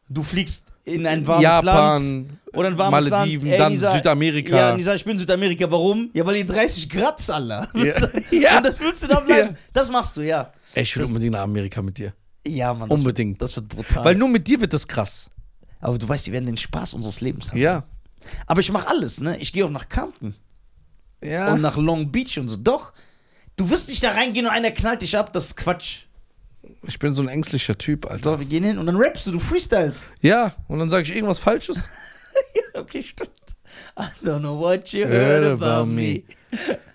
B: Du fliegst in ein warmes Land.
A: Japan,
B: Oder ein warmes
A: Malediven,
B: Land. Ey,
A: dann
B: Nisa,
A: Südamerika.
B: Ja, Nisa, ich bin in Südamerika. Warum? Ja, weil hier 30 Grad ist, Allah.
A: Ja. Ja.
B: Und dann willst du da bleiben. Das machst du, ja.
A: Ey, ich will unbedingt nach Amerika mit dir.
B: Ja, Mann. Das
A: Unbedingt.
B: Wird, das wird brutal.
A: Weil nur mit dir wird das krass.
B: Aber du weißt, wir werden den Spaß unseres Lebens haben.
A: Ja.
B: Aber ich mache alles, ne? Ich gehe auch nach Compton
A: Ja.
B: und nach Long Beach und so. Doch, du wirst nicht da reingehen und einer knallt dich ab. Das ist Quatsch.
A: ich bin so ein ängstlicher Typ, Alter.
B: So, wir gehen hin und dann rappst du, du freestylst.
A: Ja, und dann sage ich irgendwas Falsches.
B: ja, okay, stimmt. I don't know what you heard about me.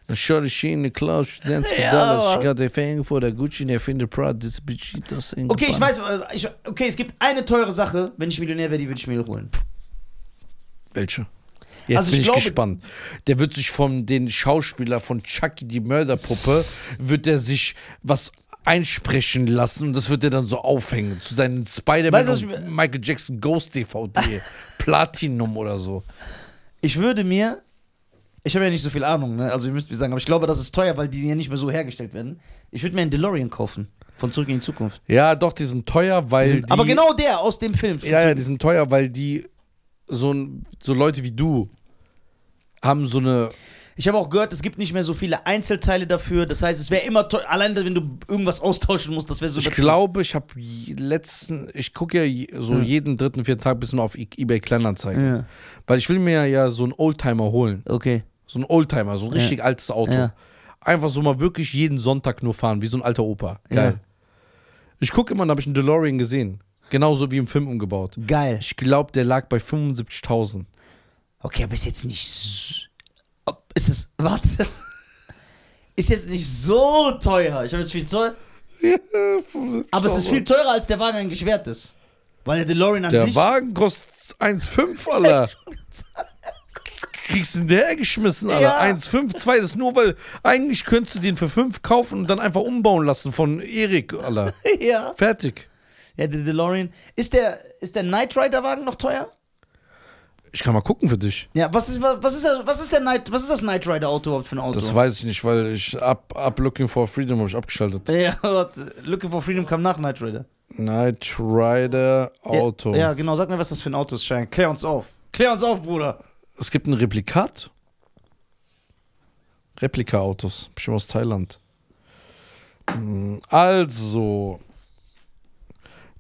A: Dann schaue ich in die Cloud, she dance for
B: Ja,
A: Dallas.
B: Mann.
A: She got a thing for the Gucci, der findet Prada, this bitch, das in
B: Okay, ich
A: Japan.
B: weiß, äh, ich, okay, es gibt eine teure Sache. Wenn ich Millionär wäre, die würde ich mir holen.
A: Welche? Jetzt
B: Also ich
A: bin ich
B: glaube-
A: gespannt. Der wird sich von den Schauspieler von Chucky die Mörderpuppe, wird er sich was einsprechen lassen und das wird er dann so aufhängen zu seinen Spider-Man
B: Weißt du, was
A: und Michael Jackson Ghost DVD Platinum oder so.
B: Ich würde mir, ich habe ja nicht so viel Ahnung, ne? also ihr müsst mir sagen, aber ich glaube, das ist teuer, weil die ja nicht mehr so hergestellt werden. Ich würde mir einen DeLorean kaufen von Zurück in die Zukunft.
A: Ja, doch, die sind teuer, weil die,
B: aber genau der aus dem Film.
A: Ja, ja, die sind teuer, weil die so ein- so Leute wie du haben so eine
B: Ich habe auch gehört, es gibt nicht mehr so viele Einzelteile dafür. Das heißt, es wäre immer teuer. Allein, wenn du irgendwas austauschen musst, das wäre so.
A: Ich glaube, ich habe letzten, ich gucke ja je- so
B: Ja.
A: jeden dritten, vierten Tag ein bisschen auf I- eBay Kleinanzeigen.
B: Ja.
A: Weil ich will mir ja so einen Oldtimer holen.
B: Okay.
A: So einen Oldtimer, so ein richtig altes Auto.
B: Ja.
A: Einfach so mal wirklich jeden Sonntag nur fahren, wie so ein alter Opa. Geil.
B: Ja.
A: Ich gucke immer, da habe ich einen DeLorean gesehen. Genauso wie im Film umgebaut.
B: Geil.
A: Ich glaube, der lag bei 75.000.
B: Okay, aber ist jetzt nicht. s- ob- Ist es. Warte. Ist jetzt nicht so teuer. Ich habe jetzt viel teuer. Aber es ist viel teurer, als der Wagen eigentlich wert ist. Weil der DeLorean an
A: Der
B: sich.
A: Wagen kostet 1,5, Alter. Kriegst du den hergeschmissen, Alter.
B: Ja.
A: 1,5, 2, das ist nur, weil eigentlich könntest du den für 5 kaufen und dann einfach umbauen lassen von Erik, Alter.
B: ja.
A: Fertig.
B: ja, der DeLorean. Ist der, ist der Knight Rider Wagen noch teuer?
A: Ich kann mal gucken für dich.
B: Ja, was ist, was ist, das- was ist, der Night, was ist das Knight Rider Auto überhaupt für ein Auto?
A: Das weiß ich nicht, weil ich ab, ab Looking for Freedom habe ich abgeschaltet.
B: ja, what? Looking for Freedom kam nach Knight Rider.
A: Knight Rider Auto.
B: Ja, ja, genau. Sag mir, was das für ein Auto ist, Schein. Klär uns auf. Klär uns auf, Bruder.
A: Es gibt ein Replikat. Replika-Autos. Bestimmt aus Thailand. Mm, Also.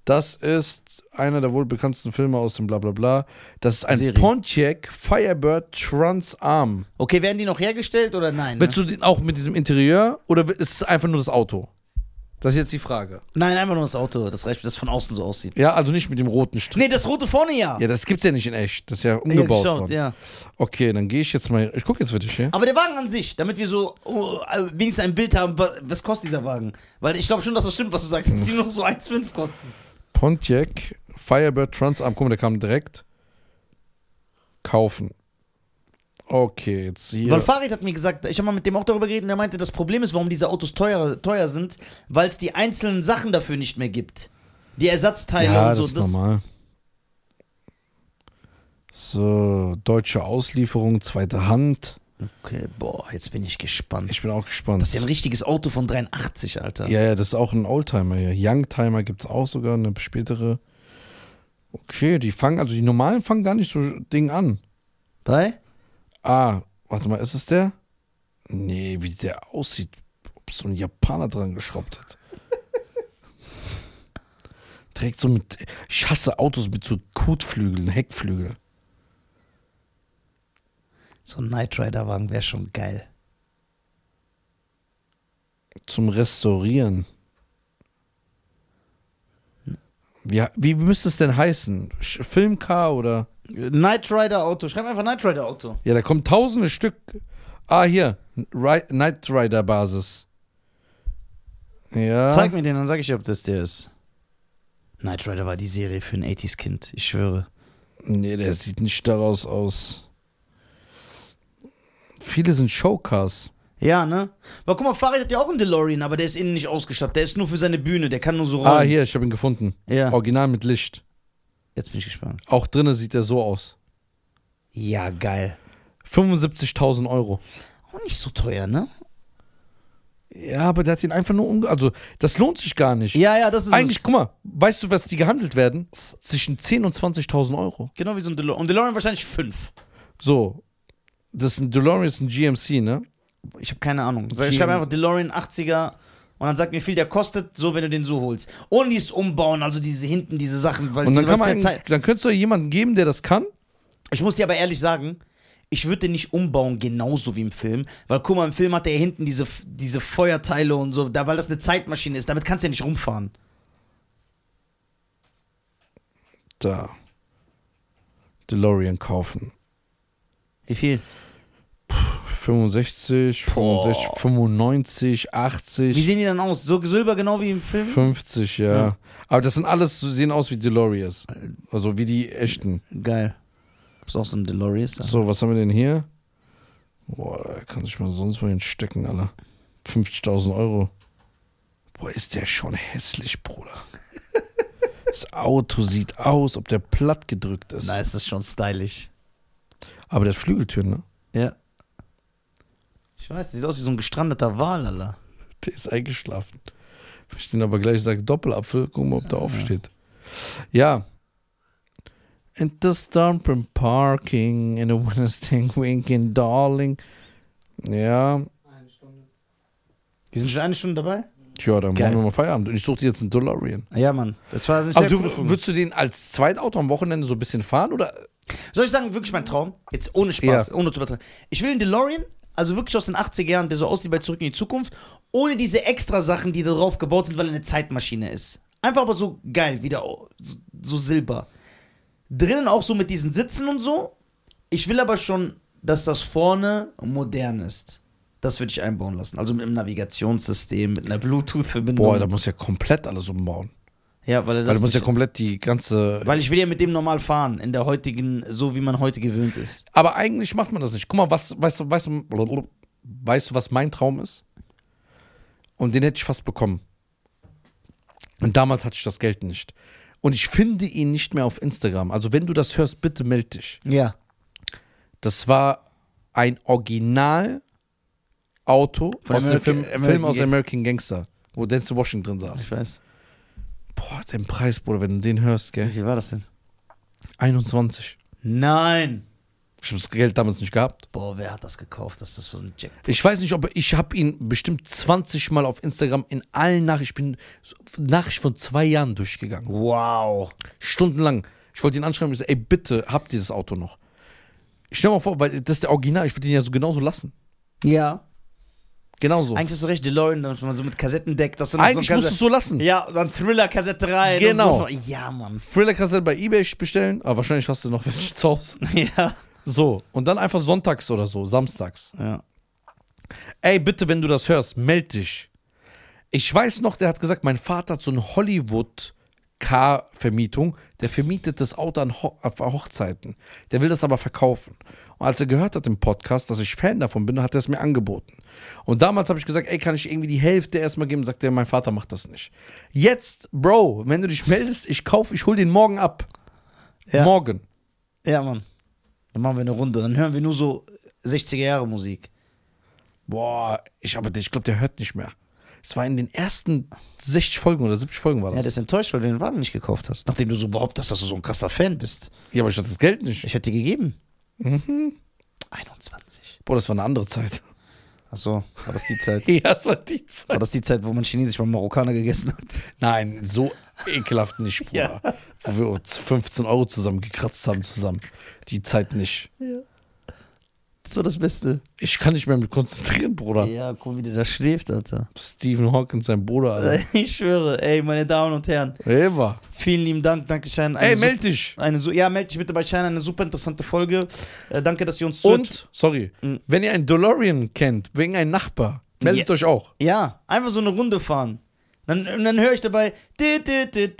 A: Das ist einer der wohl bekanntesten Filme aus dem Blablabla. Das ist ein
B: Serie.
A: Pontiac Firebird Trans Arm.
B: Okay, werden die noch hergestellt oder nein? Ne?
A: Willst du den auch mit diesem Interieur oder ist es einfach nur das Auto? Das ist jetzt die Frage.
B: Nein, einfach nur das Auto. Das reicht, das von außen so aussieht.
A: Ja, also nicht mit dem roten Strich.
B: Nee, das rote vorne ja.
A: Ja, das gibt's ja nicht in echt. Das ist ja umgebaut
B: geschaut,
A: worden.
B: ja.
A: Okay, dann gehe ich jetzt mal. Ich gucke jetzt für dich, ja?
B: Aber der Wagen an sich, damit wir so oh, äh, wenigstens ein Bild haben, wa- was kostet dieser Wagen? Weil ich glaube schon, dass das stimmt, was du sagst, dass die nur so 1,5 kosten.
A: Pontiac Firebird Transam. Guck mal, der kam direkt. Kaufen. Okay, jetzt
B: Weil
A: hier.
B: Farid hat mir gesagt, ich habe mal mit dem auch darüber geredet und er meinte, das Problem ist, warum diese Autos teuer, teuer sind, weil es die einzelnen Sachen dafür nicht mehr gibt. Die Ersatzteile
A: Ja,
B: und
A: das
B: so.
A: ist normal. So, deutsche Auslieferung, zweite Hand.
B: okay, boah, jetzt bin ich gespannt.
A: Ich bin auch gespannt.
B: Das ist ja ein richtiges Auto von 83, Alter.
A: ja, ja, das ist auch ein Oldtimer hier. Youngtimer gibt es auch sogar, eine spätere. Okay, die fangen, also die normalen fangen gar nicht so Ding an.
B: Bei?
A: Ah, warte mal, ist es der? Nee, wie der aussieht, ob so ein Japaner dran geschraubt hat. Direkt so mit. Ich hasse Autos mit so Kotflügeln, Heckflügel.
B: So ein Knight Rider Wagen wäre schon geil.
A: Zum Restaurieren. Wie, wie müsste es denn heißen? Sch- Filmcar oder.
B: Knight Rider Auto, schreib einfach Knight Rider Auto.
A: Ja, da kommen tausende Stück. Ah, hier. Ri Knight Rider Basis. Ja.
B: Zeig mir den, dann sag ich, dir, ob das der ist. Knight Rider war die Serie für ein 80s-Kind, ich schwöre.
A: Nee, der sieht nicht daraus aus. Viele sind Showcars.
B: Ja, ne? Aber guck mal, Farid hat ja auch einen DeLorean, aber der ist innen nicht ausgestattet. Der ist nur für seine Bühne, der kann nur so rollen.
A: Ah, hier, ich habe ihn gefunden.
B: Ja.
A: Original mit Licht.
B: Jetzt bin ich gespannt.
A: Auch drinnen sieht er so aus.
B: Ja, geil.
A: 75.000 Euro.
B: Auch nicht so teuer, ne?
A: Ja, aber der hat ihn einfach nur umge... Also, das lohnt sich gar nicht.
B: Ja, ja, das ist
A: Eigentlich, guck mal, weißt du, was die gehandelt werden? Zwischen 10.000 und 20.000 Euro.
B: es. Genau wie so ein DeLorean. Und DeLorean wahrscheinlich 5.
A: So, das ist ein DeLorean, ist ein GMC, ne?
B: Ich habe keine Ahnung. Sag- Ich
A: Gee.
B: schreibe einfach DeLorean 80er und dann sag mir, wie viel der kostet, so wenn du den so holst. Ohne dies umbauen, also diese hinten, diese Sachen. Weil
A: Und dann,
B: was
A: kann
B: der
A: man,
B: Zeit-
A: dann könntest du jemanden geben, der das kann.
B: Ich muss dir aber ehrlich sagen, ich würde den nicht umbauen, genauso wie im Film. Weil guck mal, im Film hat er hinten diese, diese Feuerteile und so, da, weil das eine Zeitmaschine ist. Damit kannst du ja nicht rumfahren.
A: Da. DeLorean kaufen.
B: Wie viel?
A: 65, 65, 95, 80,
B: Wie sehen die dann aus? So silber genau wie im Film?
A: 50, ja.
B: Ja. Äh,
A: Aber das sind alles, so sehen aus wie DeLoreans. Also wie die echten.
B: Geil. Ist auch so ein DeLorean. So.
A: So, was haben wir denn hier? Boah, da kann sich mal sonst wohin stecken, Alter. 50.000 Euro. Boah, ist der schon hässlich, Bruder. Das Auto sieht aus, ob der platt gedrückt ist.
B: Na, ist das schon stylisch.
A: Aber der hat Flügeltüren, ne?
B: Ja. Ich weiß, sieht aus wie so ein gestrandeter Wal, Alter.
A: Der ist eingeschlafen. Wenn ich den aber gleich sage, Doppelapfel, guck mal, ob der aufsteht. Ja. And the storm from parking and the winner's thing winking, darling. Ja,
B: Die sind schon eine Stunde dabei?
A: tja, dann
B: Geil.
A: machen wir mal Feierabend. Und ich suche dir jetzt einen DeLorean.
B: Ja, Mann. Das war nicht
A: Aber
B: sehr
A: du,
B: Prüfung.
A: würdest du den als Zweitauto am Wochenende so ein bisschen fahren? Oder?
B: Soll ich sagen, wirklich mein Traum? Jetzt ohne Spaß,
A: Ja.
B: ohne zu übertreiben. Ich will einen DeLorean, also wirklich aus den 80er Jahren, der so aussieht bei Zurück in die Zukunft, ohne diese extra Sachen, die da drauf gebaut sind, weil er eine Zeitmaschine ist. Einfach aber so geil, wieder au- so, so silber. Drinnen auch so mit diesen Sitzen und so. Ich will aber schon, dass das vorne modern ist. Das würde ich einbauen lassen. Also mit einem Navigationssystem, mit einer Bluetooth-Verbindung.
A: Boah, da muss ja komplett alles umbauen.
B: ja, weil, er
A: Weil
B: das
A: du musst ja
B: nicht,
A: komplett die ganze.
B: weil ich will ja mit dem normal fahren, in der heutigen, so wie man heute gewöhnt ist.
A: Aber eigentlich macht man das nicht. Guck mal, was, weißt du, weißt du, blablabla, weißt du, was mein Traum ist? Und den hätte ich fast bekommen. Und damals hatte ich das Geld nicht. Und ich finde ihn nicht mehr auf Instagram. Also, wenn du das hörst, bitte meld dich.
B: Ja.
A: Das war ein Original-Auto
B: Von
A: aus dem
B: American-
A: Film, Film aus
B: American
A: American Gangster, wo Denzel Washington drin saß.
B: Ich weiß.
A: Boah, den Preis, Bruder, wenn du den hörst,
B: Wie
A: gell?
B: viel war das denn?
A: 21.
B: Nein!
A: Ich habe das Geld damals nicht gehabt.
B: Boah, wer hat das gekauft? Das ist so ein Jack.
A: Ich weiß nicht, ob ich habe ihn bestimmt 20 Mal auf Instagram in allen Nachrichten, ich bin so- Nachricht von zwei Jahren durchgegangen.
B: Wow.
A: Stundenlang. Ich wollte ihn anschreiben, ich so, ey, bitte, habt ihr das Auto noch? Ich stell mal vor, weil das ist der Original, ich würde ihn ja so genauso lassen.
B: Ja.
A: Genauso.
B: Eigentlich hast du recht, DeLorean, dass man so mit Kassettendeck, dass du noch
A: Eigentlich
B: so
A: musst du es so lassen.
B: Ja, und dann Thriller-Kassette rein. und
A: Genau.
B: So. Ja, Mann.
A: Thriller kannst du bei Ebay bestellen, aber wahrscheinlich hast du noch welche zu Hause.
B: Ja.
A: So, und dann einfach sonntags oder so, samstags.
B: Ja.
A: Ey, bitte, wenn du das hörst, meld dich. Ich weiß noch, der hat gesagt, mein Vater hat so eine Hollywood-Car-Vermietung. Der vermietet das Auto an Ho auf Hochzeiten. Der will das aber verkaufen. Und als er gehört hat im Podcast, dass ich Fan davon bin, hat er es mir angeboten. Und damals habe ich gesagt, ey, kann ich irgendwie die Hälfte erstmal geben? Sagt er, mein Vater macht das nicht. Jetzt, Bro, wenn du dich meldest, ich kaufe, ich hole den morgen ab.
B: Ja.
A: Morgen.
B: Ja, Mann. Dann machen wir eine Runde. Dann hören wir nur so 60er-Jahre-Musik.
A: Boah, ich, aber der- ich glaube, der hört nicht mehr. Es war in den ersten 60 Folgen oder 70 Folgen war
B: Ja,
A: das.
B: das ist enttäuscht, weil du den Wagen nicht gekauft hast. Nachdem du so behauptest, dass du so ein krasser Fan bist.
A: Ja, aber ich hatte das Geld nicht.
B: Ich hätte dir gegeben. Mhm. 21.
A: Boah, das war eine andere Zeit.
B: Achso, war das die Zeit?
A: Ja, das war die Zeit.
B: War das die Zeit, wo man Chinesisch beim Marokkaner gegessen hat?
A: Nein, so ekelhaft nicht, Bruder. Wo wir uns 15 Euro zusammen gekratzt haben zusammen. Die Zeit nicht.
B: Das war das Beste.
A: Ich kann nicht mehr mich konzentrieren, Bruder.
B: Ja, guck, wie der da schläft, Alter.
A: Stephen Hawkins, sein Bruder, Alter.
B: Ich schwöre, ey, meine Damen und Herren,
A: Eva.
B: vielen lieben Dank, danke Schein.
A: Ey, meld dich.
B: Eine, su- ja, meld dich bitte bei Schein, eine super interessante Folge. Äh, danke, dass ihr uns zuhört.
A: Und, sorry, wenn ihr einen DeLorean kennt, wegen einem Nachbar, meldet
B: Mm. Ja.
A: euch auch.
B: Ja, einfach so eine Runde fahren. Dann, und dann höre ich dabei di, di, di, di,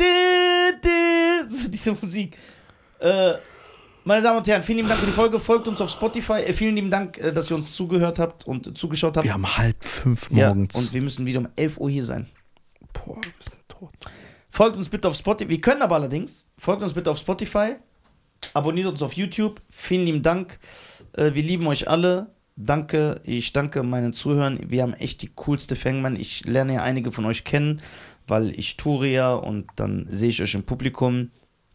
B: di, so diese Musik. Äh, meine Damen und Herren, vielen lieben Dank für die Folge. Folgt uns auf Spotify. Äh, vielen lieben Dank, äh, dass ihr uns zugehört habt und äh, zugeschaut habt.
A: Wir haben halb fünf
B: Ja,
A: morgens.
B: und wir müssen wieder um 11 Uhr hier sein.
A: Boah, wir sind tot.
B: Folgt uns bitte auf Spotify. Wir können aber allerdings. Folgt uns bitte auf Spotify. Abonniert uns auf YouTube. Vielen lieben Dank. Äh, wir lieben euch alle. Danke. Ich danke meinen Zuhörern. Wir haben echt die coolste Fangmann. Ich lerne ja einige von euch kennen, weil ich toure ja und dann sehe ich euch im Publikum.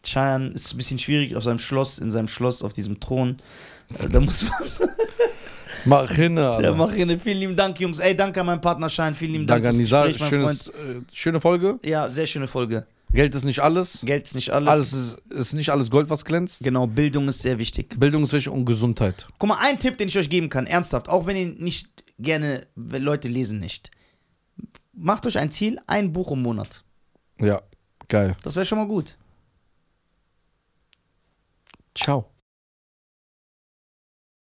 B: Chayan ist ein bisschen schwierig auf seinem Schloss, in seinem Schloss, auf diesem Thron. Äh, Da muss man.
A: Mach hin, Alter.
B: Ja, mach hin. Vielen lieben Dank, Jungs. Ey, danke an meinen Partner Chayan. Vielen lieben Dank.
A: Danke an
B: fürs
A: Nizar.
B: Gespräch, mein
A: Schönes, äh, schöne Folge.
B: Freund. Ja, sehr schöne Folge.
A: Geld ist nicht alles.
B: Geld ist nicht alles.
A: Alles ist, ist nicht alles Gold, was glänzt.
B: Genau, Bildung ist sehr wichtig.
A: Bildung ist wichtig und Gesundheit.
B: Guck mal, ein Tipp, den ich euch geben kann, ernsthaft, auch wenn ihr nicht gerne, wenn Leute lesen nicht. Macht euch ein Ziel, ein Buch im Monat.
A: Ja, geil.
B: Das wäre schon mal gut.
A: Ciao.